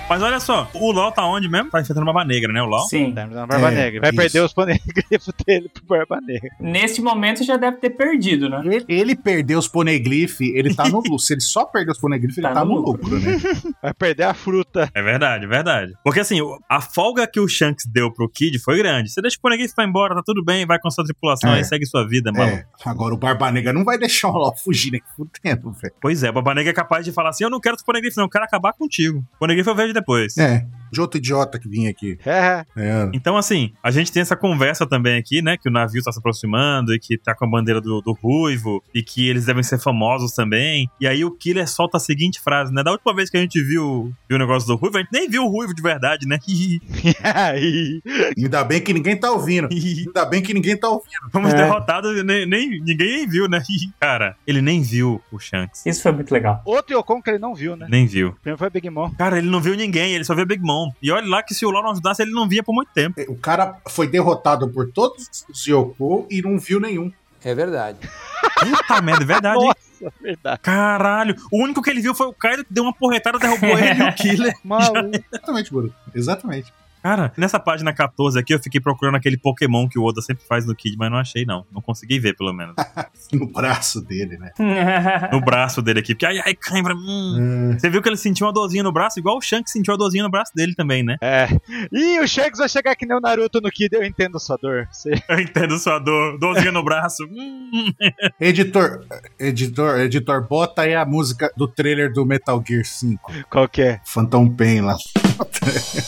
A: Mas olha só, o LOL tá onde mesmo? Tá enfrentando Barba Negra, né, o LOL?
C: Sim.
B: Na Barba
D: É,
B: Negra. Vai
D: isso.
B: perder os panegrifos dele pro Barba Negra.
C: Neste momento já deve ter perdido, né?
D: Ele, ele perdeu os poneglyph, ele tá no lucro. Se ele só perdeu os poneglyph, ele
C: Tá
D: tá
C: no
D: no lucro, né?
B: Vai perder a fruta.
A: É verdade, é verdade. Porque assim, o- a folga que o Shanks deu pro Kid foi grande. Você deixa o Poneglyph pra ir embora, tá tudo bem, vai com sua tripulação
D: É.
A: aí, segue sua vida, mano.
D: É, agora o Barba Negra não vai deixar o LOL fugir, né? Fudendo, velho.
A: Pois é, o Barba Negra é capaz de falar assim: eu não quero os Poneglyph, não, eu quero acabar contigo. Poneglyph eu vejo depois.
D: É, de outro idiota que vinha aqui.
B: É,
D: É,
A: Então, assim, a gente tem essa conversa também aqui, né? Que o navio tá se aproximando e que tá com a bandeira do, do ruivo e que eles devem ser famosos também. E aí o Killer solta a seguinte frase, né? Da última vez que a gente viu, viu o negócio do ruivo, a gente nem viu o ruivo de verdade, né?
B: aí.
D: Ainda bem que ninguém tá ouvindo. Ainda bem que ninguém tá ouvindo.
A: Fomos
D: É.
A: derrotados e nem, nem- ninguém nem viu, né? Cara, ele nem viu o Shanks.
C: Isso foi muito legal.
B: Outro Yokon que ele não viu, né?
A: Nem viu.
B: Primeiro foi Big Mom.
A: Cara, ele não viu ninguém, ele só viu Big Mom. E olha lá que se o LOL não ajudasse, ele não via por muito tempo.
D: O cara foi derrotado por todos os Yoko e não viu nenhum.
E: É verdade.
A: Puta merda, é verdade. hein?
B: Nossa, verdade.
A: Caralho. O único que ele viu foi o Kaido que deu uma porretada, derrubou ele e o Killer.
B: Maluco.
D: Exatamente, Guru. Exatamente.
A: Cara, nessa página 14 aqui eu fiquei procurando aquele Pokémon que o Oda sempre faz no Kid, mas não achei, não. Não consegui ver, pelo menos.
D: No braço dele, né?
A: No braço dele aqui. Porque ai, ai, cãibra. hum.
D: É.
A: Você viu que ele sentiu uma dorzinha no braço, igual o Shanks sentiu a dorzinha no braço dele também, né?
B: É. Ih, o Shanks vai chegar que nem o Naruto no Kid, eu entendo sua dor. Você-
A: Eu entendo sua dor. Dorzinha no braço. Hum.
D: Editor, editor, editor, bota aí a música do trailer do Metal Gear 5.
B: Qual que é?
D: Phantom Pain lá.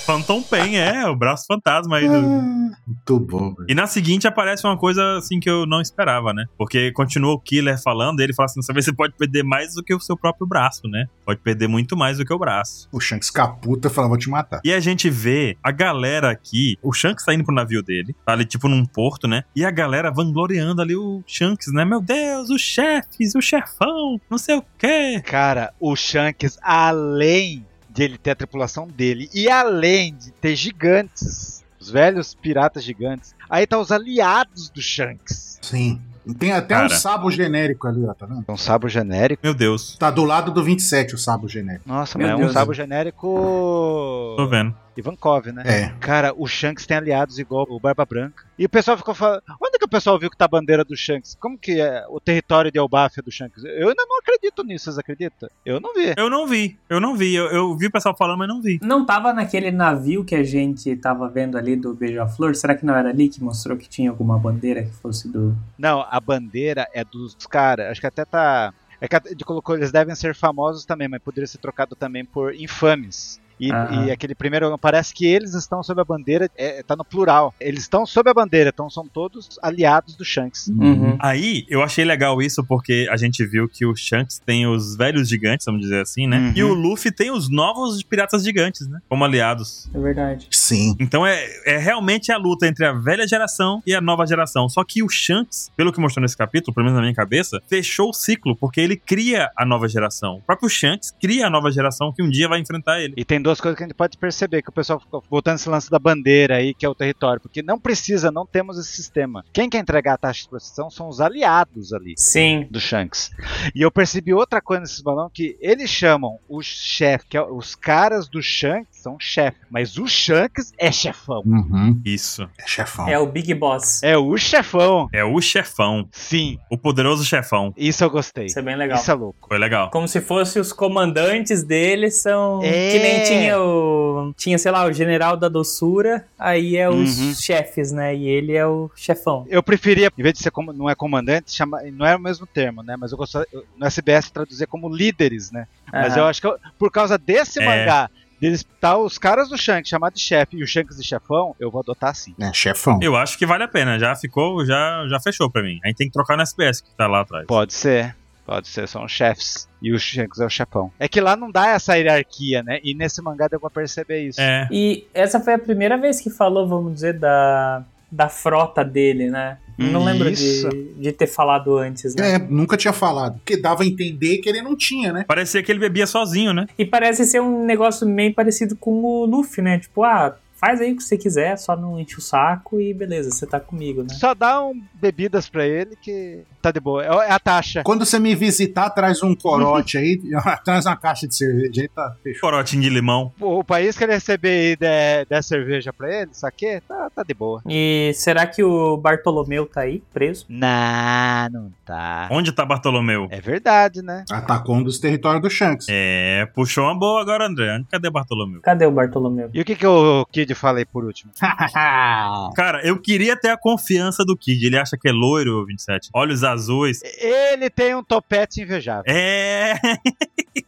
A: Phantom Pain, é. O braço fantasma aí do,
D: Muito bom, velho.
A: E na seguinte aparece uma coisa assim que eu não esperava, né? Porque continua o Killer falando, e ele fala assim: dessa vez você pode perder mais do que o seu próprio braço, né? Pode perder muito mais do que o braço.
D: O Shanks caputa falando, vou te matar.
A: E a gente vê a galera aqui, o Shanks tá indo pro navio dele, tá ali tipo num porto, né? E a galera vangloriando ali o Shanks, né? Meu Deus, os chefes, o chefão, não sei o quê.
B: Cara, o Shanks, além de ele ter a tripulação dele e além de ter gigantes, os velhos piratas gigantes, aí tá os aliados do Shanks.
D: Sim. Tem até um
A: Cara.
D: sabo genérico ali, ó, tá vendo?
B: É um sabo genérico.
A: Meu Deus,
D: Tá do lado do 27 o sabo genérico.
B: Nossa,
C: Meu
B: mas é um
C: Deus.
B: sabo genérico.
A: tô vendo.
B: Ivankov, né?
D: É.
B: Cara, o Shanks tem aliados igual o Barba Branca. E o pessoal ficou falando. Onde que o pessoal viu que tá a bandeira do Shanks? Como que é o território de Elbaf é do Shanks? Eu ainda não acredito nisso, vocês acreditam? Eu não vi.
A: Eu não vi, eu não vi. Eu, eu vi o pessoal falando, mas não vi.
C: Não tava naquele navio que a gente tava vendo ali do Beija-Flor? Será que não era ali que mostrou que tinha alguma bandeira que fosse do.
B: Não, a bandeira é dos caras. Acho que até tá. É que até- ele colocou, eles devem ser famosos também, mas poderia ser trocado também por infames. E,
C: Aham.
B: e aquele primeiro, parece que eles estão sob a bandeira, é, tá no plural. Eles estão sob a bandeira, então são todos aliados do Shanks.
C: Uhum.
A: Aí, eu achei legal isso porque a gente viu que o Shanks tem os velhos gigantes, vamos dizer assim, né?
B: Uhum.
A: E o Luffy tem os novos piratas gigantes, né? Como aliados.
C: É verdade.
D: Sim.
A: Então é, é realmente a luta entre a velha geração e a nova geração. Só que o Shanks, pelo que mostrou nesse capítulo, pelo menos na minha cabeça, fechou o ciclo porque ele cria a nova geração. O próprio Shanks cria a nova geração que um dia vai enfrentar ele.
B: E tem duas coisas que a gente pode perceber, que o pessoal ficou voltando esse lance da bandeira aí, que é o território, porque não precisa, não temos esse sistema. Quem quer entregar a taxa de proteção são os aliados ali
C: Sim.
B: do Shanks. E eu percebi outra coisa nesses balão que eles chamam os chefes, que é- os caras do Shanks são chefe, mas o Shanks é chefão.
D: Uhum.
A: Isso.
D: É chefão.
C: É o Big Boss.
B: É o chefão.
A: É o chefão.
B: Sim,
A: O poderoso chefão.
B: isso eu gostei.
C: Isso é bem legal.
B: Isso é louco.
A: Foi legal.
C: Como se fosse os comandantes deles são.
B: É.
C: Que nem tinha o. Tinha, sei lá, o general da doçura, aí é os
B: Uhum.
C: chefes, né? E ele é o chefão.
B: Eu preferia, em vez de ser como, não é comandante, chama, não é o mesmo termo, né? Mas eu gosto no SBS traduzir como líderes, né? Mas
C: Aham.
B: eu acho que eu- por causa desse
A: É.
B: mangá, deles tá os caras do Shanks chamado de chefe e o Shanks de chefão, eu vou adotar sim.
D: É chefão.
A: Eu acho que vale a pena. Já ficou, já, já fechou pra mim. A gente tem que trocar no SPS que tá lá atrás.
B: Pode ser. Pode ser, são chefes. E o Shanks é o chefão. É que lá não dá essa hierarquia, né? E nesse mangá deu pra perceber isso.
A: É.
C: E essa foi a primeira vez que falou, vamos dizer, da, da frota dele, né? Não lembro
B: Isso.
C: de, de ter falado antes, né?
D: É, nunca tinha falado. Porque dava a entender que ele não tinha, né?
A: Parecia que ele bebia sozinho, né?
C: E parece ser um negócio meio parecido com o Luffy, né? Tipo, ah, faz aí o que você quiser, só não enche o saco e beleza, você tá comigo, né?
B: Só dá um bebidas pra ele que tá de boa. É a taxa.
D: Quando você me visitar, traz um corote aí, traz uma caixa de cerveja aí, tá fechou.
A: Corotinho de limão.
B: O país que ele receber aí der, der cerveja pra ele, saque, tá, tá de boa.
C: E será que o Bartolomeu tá aí, preso?
B: Não, não tá.
A: Onde tá Bartolomeu?
B: É verdade, né?
D: Atacou um dos territórios do Shanks.
A: É, puxou uma boa agora, André. Cadê Bartolomeu?
C: Cadê o Bartolomeu?
B: E o que, que o Kid fala aí por último?
A: Cara, eu queria ter a confiança do Kid. Ele acha que é loiro, 27. Olhos azuis.
B: Ele tem um topete invejável.
A: É.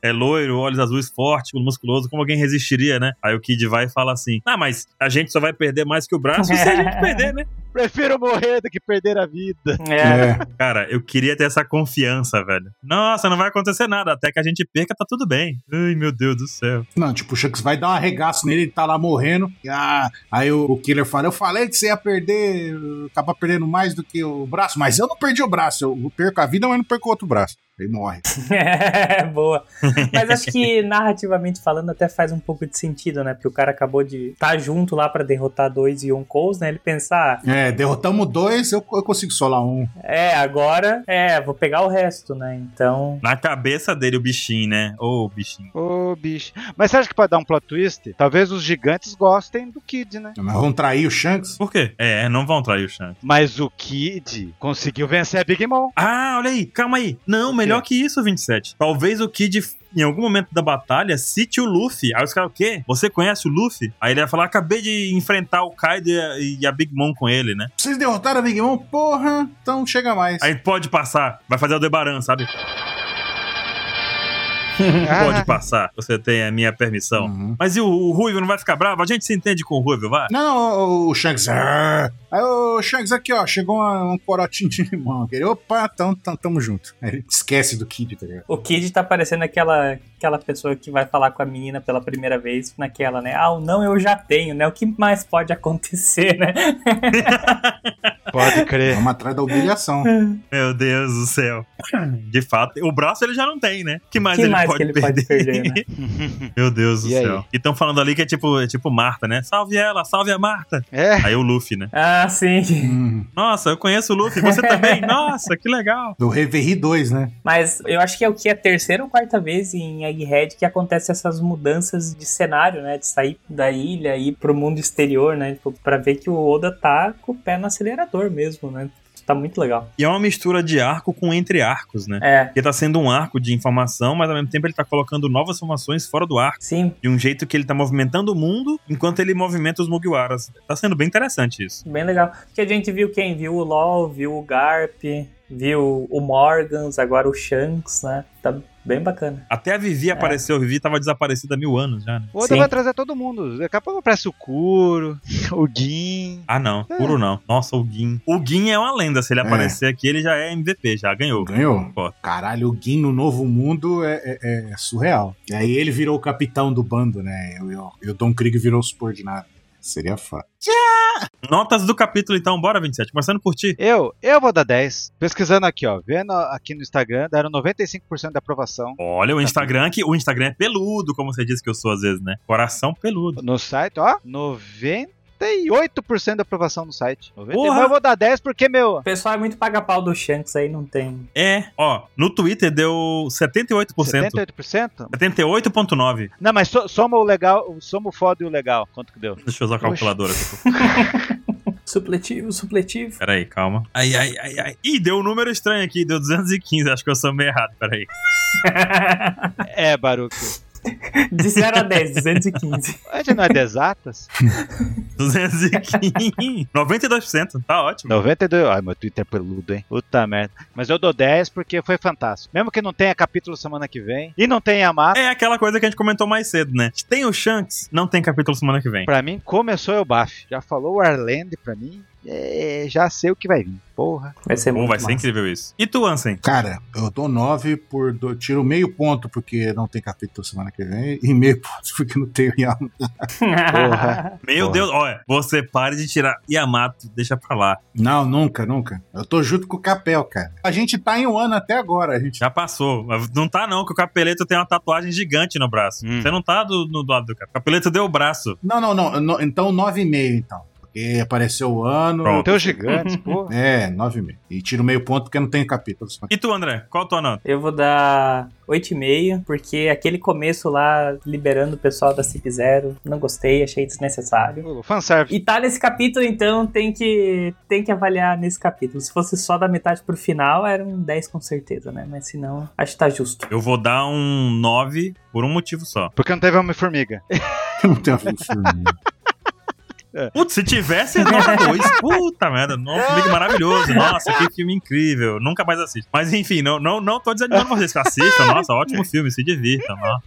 A: É loiro, olhos azuis forte, musculoso. Como alguém resistiria, né? Aí o Kid vai e fala assim: Ah, mas a gente só vai perder mais que o braço se a gente perder, né?
B: Prefiro morrer do que perder a vida.
C: É.
A: Cara, eu queria ter essa confiança, velho. Nossa, não vai acontecer nada. Até que a gente perca, tá tudo bem. Ai, meu Deus do céu.
D: Não, tipo, o Shanks vai dar um arregaço nele, ele tá lá morrendo. E, ah, aí o, o Killer fala: Eu falei que você ia perder, acaba perdendo mais do que o braço, mas eu não perdi o braço. Eu perco a vida, mas não perco o outro braço. Ele morre.
C: É, boa. Mas acho que narrativamente falando até faz um pouco de sentido, né? Porque o cara acabou de estar junto lá pra derrotar dois Yonkous, né? Ele pensar,
D: É, derrotamos dois, eu, eu consigo solar um.
C: é, agora, é, vou pegar o resto, né? Então,
A: Na cabeça dele, o bichinho, né? Ô, bichinho.
B: Ô, bicho. Mas você acha que pra dar um plot twist, talvez os gigantes gostem do Kid, né?
D: Mas vão trair o Shanks?
A: Por quê? É, não vão trair o Shanks.
B: Mas o Kid conseguiu vencer a Big Mom.
A: Ah, olha aí, calma aí. Não, melhor
B: O
A: que isso, 27. Talvez o Kid, em algum momento da batalha, cite o Luffy. Aí os caras, o quê? Você conhece o Luffy? Aí ele vai falar, acabei de enfrentar o Kaido e a- e a Big Mom com ele, né?
D: Vocês derrotaram a Big Mom? Porra, então chega mais.
A: Aí pode passar, vai fazer o Debaran, sabe?
B: Ah.
A: Pode passar, você tem a minha permissão.
D: Uhum.
A: Mas e o, o Ruivo não vai ficar bravo? A gente se entende com o Ruivo, vai?
D: Não, não, o, o Shanks. "Ah." Aí o Shanks aqui, ó, chegou uma- um corotinho de limão. Aquele, opa, tamo, tamo, tamo junto. Aí ele esquece do Kid, tá ligado?
C: o Kid tá parecendo aquela, aquela pessoa que vai falar com a menina pela primeira vez naquela, né? Ah, o não eu já tenho, né? O que mais pode acontecer, né?
B: Pode crer.
D: Vamos atrás da humilhação.
A: Meu Deus do céu. De fato, o braço ele já não tem, né? Que mais
C: que
A: ele
C: mais
A: pode
C: que ele
A: perder?
C: pode perder, né?
A: Meu Deus do
B: E aí?
A: céu. E estão falando ali que é tipo, é tipo Marta, né? Salve ela, salve a Marta.
B: é.
A: Aí o Luffy, né?
C: Ah, sim.
D: Hum,
A: Nossa, eu conheço o Luffy, você também? Nossa, que legal.
D: do Reverie 2, né?
C: Mas eu acho que é o que é a terceira ou quarta vez em Egghead que acontece essas mudanças de cenário, né? De sair da ilha e ir pro mundo exterior, né? Tipo, pra ver que o Oda tá com o pé no acelerador mesmo, né? Isso Tá muito legal.
A: E é uma mistura de arco com entre arcos, né?
C: É.
A: Porque tá sendo um arco de informação, mas ao mesmo tempo ele tá colocando novas formações fora do arco.
C: Sim,
A: De um jeito que ele tá movimentando o mundo enquanto ele movimenta os Mugiwaras. Tá sendo bem interessante isso.
C: bem legal. Porque a gente viu quem? Viu o LOL, viu o Garp, viu o Morgans, agora o Shanks, né? Tá bem bacana.
A: Até a Vivi apareceu, a Vivi tava desaparecida há mil anos já, né?
B: O Oda
C: Sim.
B: vai trazer todo mundo. Daqui a pouco aparece o Kuro, o Gin.
A: Ah, não. Puro não. Nossa, o Gin. O Gin é uma lenda. Se ele
D: É.
A: aparecer aqui, ele já é MVP, já ganhou.
D: Ganhou.
A: Pô.
D: Caralho, o Gin no Novo Mundo é, é- é surreal. E aí ele virou o capitão do bando, né? E o- E o- e o Don Krieg virou o subordinado. Seria foda.
A: Notas do capítulo, então. Bora, 27. Começando por ti.
B: Eu, eu vou dar 10. Pesquisando aqui, ó. Vendo aqui no Instagram, deram 95% de aprovação.
A: Olha, o Instagram que o Instagram é peludo, como você disse que eu sou às vezes, né? Coração peludo.
B: No site, ó. 98% de aprovação no site. 90,
A: Porra!
B: mas eu vou dar 10 porque, meu.
C: O pessoal é muito paga-pau do Shanks aí, não tem.
A: É, ó, no Twitter deu 78%.
B: 78%?
A: 78.9.
B: Não, mas so- soma o legal, soma o foda e o legal. Quanto que deu?
A: Deixa eu usar a
B: Oxe.
A: calculadora aqui.
C: Supletivo, supletivo.
A: Peraí, calma. Ai, ai, ai, ai. Ih, deu um número estranho aqui, deu 215. Acho que eu somei errado, peraí.
B: É, Baruco.
C: De 0 a 10, 215.
B: A gente não é de exatas?
A: 215. 92%, tá ótimo.
B: 92. Ai, meu Twitter é peludo, hein? Puta merda. Mas eu dou 10 porque foi fantástico. Mesmo que não tenha capítulo semana que vem e não tenha mata,
A: É aquela coisa que a gente comentou mais cedo, né? Tem o Shanks, não tem capítulo semana que vem.
B: pra mim começou o baf. Já falou o Arland pra mim. É, já sei o que vai vir. Porra.
C: Vai ser
A: Bom,
C: é muito
A: Um vai ser
C: massa.
A: incrível isso. E tu, Ansem?
D: Cara, eu dou 9 por. do- tiro meio ponto porque não tem capítulo semana que vem e meio ponto porque não tem Yamato.
B: Porra.
A: Meu
B: Porra.
A: Deus, olha, você pare de tirar Yamato, deixa pra lá.
D: Não, nunca, nunca. Eu tô junto com o Capel, cara. A gente tá em um ano até agora. A gente.
A: Já passou. Mas Não tá, não, que o Capeleto tem uma tatuagem gigante no braço.
B: Hum.
A: Você não tá do, no, do lado do Capeleto. O Capeleto deu o braço.
D: Não, não, não. no- Então 9,5, então. Porque apareceu o ano.
A: Pronto.
B: Tem os gigantes, porra.
D: É, 9,5. E tiro meio ponto porque não tem capítulo semana
A: E tu, André? Qual a tua nota?
C: Eu vou dar 8,5, porque aquele começo lá, liberando o pessoal da Cip Zero, não gostei, achei desnecessário.
B: Fanservice.
C: E tá nesse capítulo, então tem que, tem que avaliar nesse capítulo. Se fosse só da metade pro final, era um 10 com certeza, né? Mas se não, acho que tá justo.
A: Eu vou dar um 9 por um motivo só.
B: Porque não teve Homem-Formiga.
D: que não tem a formiga.
A: Putz, se tivesse nota 2, puta merda, novo filme maravilhoso. Nossa, que filme incrível. Nunca mais assisto. Mas enfim, não, não, não tô desanimando vocês. Assista, nossa, ótimo filme, se divirtam. ó.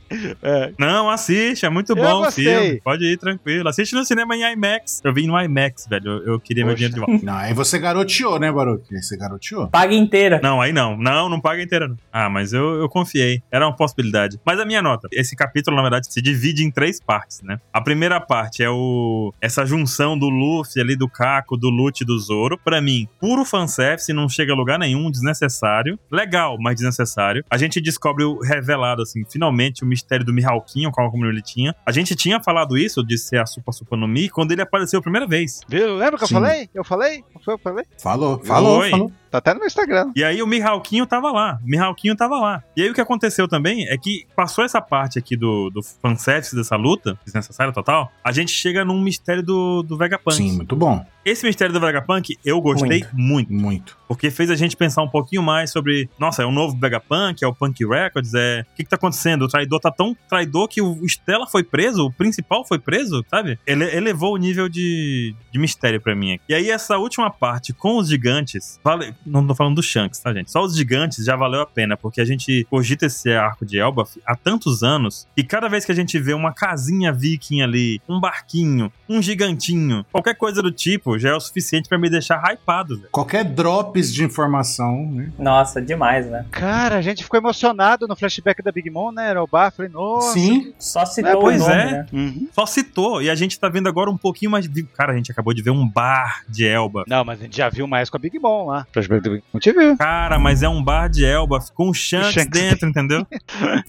B: É.
A: Não, assiste, é muito
B: Eu
A: bom o
B: gostei.
A: filme. Pode ir tranquilo. Assiste no cinema em IMAX. Eu vim no IMAX, velho. Eu, eu queria meu
B: Poxa.
A: dinheiro de volta.
D: Não, aí você garoteou, né, Baruque? Aí você garoteou.
C: Paga inteira.
A: Não, aí não. Não, não paga inteira. não. Ah, mas eu, eu confiei. Era uma possibilidade. Mas a minha nota. Esse capítulo, na verdade, se divide em três partes, né? A primeira parte é o essa junção do Luffy ali, do Caco, do Lute e do Zoro. Pra mim, puro fanservice, não chega a lugar nenhum, desnecessário. Legal, mas desnecessário. A gente descobre o revelado, assim, finalmente o mistério do Mihawkinho, qual como ele tinha. A gente tinha falado isso, de ser a Supa Supa no Mi, quando ele apareceu a primeira vez.
B: Viu? Lembra que
D: Sim.
B: eu falei? Eu falei? Não foi eu que falei?
D: Falou, falou,
A: Oi.
D: falou.
B: Tá até no meu Instagram.
A: E aí o Mihawkinho tava lá. O Mihawkinho tava lá. E aí o que aconteceu também é que passou essa parte aqui do, do fanservice dessa luta, desnecessário total, a gente chega num mistério do, do Vegapunk.
D: Sim, muito bom.
A: Esse mistério do Vegapunk eu gostei muito.
D: Muito.
A: Porque fez a gente pensar um pouquinho mais sobre. Nossa, é o novo Vegapunk, é o Punk Records, é. O que, que tá acontecendo? O traidor tá tão traidor que o Stella foi preso, o principal foi preso, sabe? Ele elevou o nível de, de mistério pra mim aqui. E aí, essa última parte com os gigantes. Vale... Não tô falando do Shanks, tá, gente? Só os gigantes já valeu a pena, porque a gente cogita esse arco de Elba há tantos anos e cada vez que a gente vê uma casinha viking ali, um barquinho, um gigantinho, qualquer coisa do tipo, já é o suficiente pra me deixar hypado, velho.
D: Qualquer drops de informação, né?
C: Nossa, demais, né?
B: Cara, a gente ficou emocionado no flashback da Big Mom, né? Era o bar, falei, nossa.
D: Sim.
C: Só citou
A: pois
C: o nome,
A: é.
C: né?
B: Uhum.
A: Só citou, e a gente tá vendo agora um pouquinho mais. de- Cara, a gente acabou de ver um bar de Elba.
B: Não, mas a gente já viu mais com a Big Mom lá. Flashback da Big Mom te viu.
A: Cara, mas é um bar de Elba com um Shanks,
B: Shanks
A: dentro, entendeu?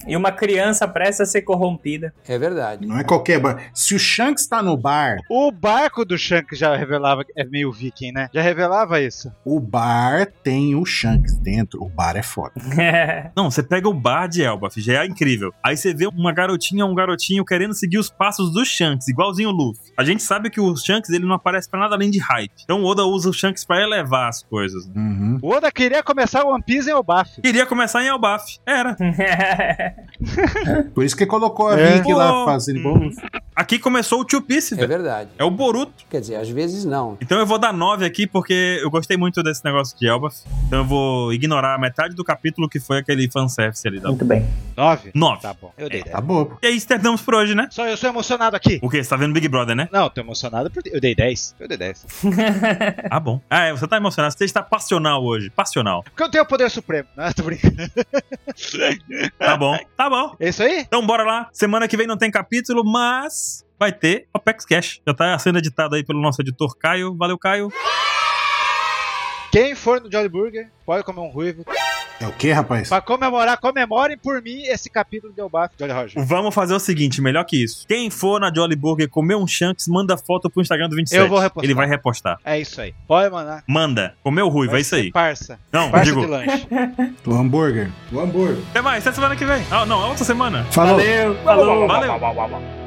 C: E uma criança presta a ser corrompida.
E: É verdade.
D: Não é qualquer bar. Se o Shanks tá no bar,
B: O barco do Shanks já revelava que é meio viking, né? Já revelava isso.
D: o bar tem o Shanks dentro. O bar é foda.
A: Não, você pega o bar de Elba, já é incrível. Aí você vê uma garotinha, um garotinho querendo seguir os passos do Shanks, igualzinho o Luffy. A gente sabe que o Shanks ele não aparece pra nada além de hype. Então o Oda usa o Shanks pra elevar as coisas. né?
D: Uhum.
B: O Oda queria começar o One Piece em Obaf.
A: Queria começar em Elbaf. Era.
D: Por isso que colocou a
B: É.
D: Vicky lá
A: Pô.
D: fazendo bolo.
A: Aqui começou o Two Piece,
E: É
A: velho.
E: verdade.
A: É o Boruto.
E: Quer dizer, às vezes não.
A: Então eu vou dar 9 aqui porque eu gostei muito desse negócio de Elbaf. Então eu vou ignorar metade do capítulo que foi aquele fanservice ali da
E: Hum.
C: Muito bem.
B: Nove?
A: 9.
B: Tá bom. Eu dei
D: Tá
B: dez.
D: bobo.
A: E aí, terminamos por hoje, né?
B: Só eu sou emocionado aqui.
A: O quê? Você tá vendo Big Brother, né?
B: Não, tô emocionado porque eu dei 10. Eu dei 10.
A: Ah, bom. Ah, é, você tá emocionado. Você está passional hoje. Passional.
B: Porque eu tenho o poder supremo. Ah, tô brincando.
A: Tá bom. Tá bom.
B: É isso aí?
A: Então bora lá. Semana que vem não tem capítulo, mas vai ter Opex Cash. Já tá sendo editado aí pelo nosso editor Caio. Valeu, Caio.
B: Quem for no Jolly Burger, pode comer um ruivo.
D: É o que, rapaz?
B: Pra comemorar, comemorem por mim esse capítulo de Obaf, Jolly Roger.
A: Vamos fazer o seguinte, melhor que isso. Quem for na Jolly Burger comer um Shanks, manda foto pro Instagram do 27.
B: Eu vou repostar.
A: Ele vai repostar.
B: É isso aí. Pode mandar.
A: Manda. Comeu ruivo, é isso
B: ser
A: aí.
B: Parça.
A: Não,
B: Parça
A: digo.
B: de lanche.
D: O hambúrguer. O hambúrguer.
A: Até mais, até semana que vem. Ah, não, é outra semana.
D: Falou.
C: Valeu, falou.
A: Valeu.
B: Valeu.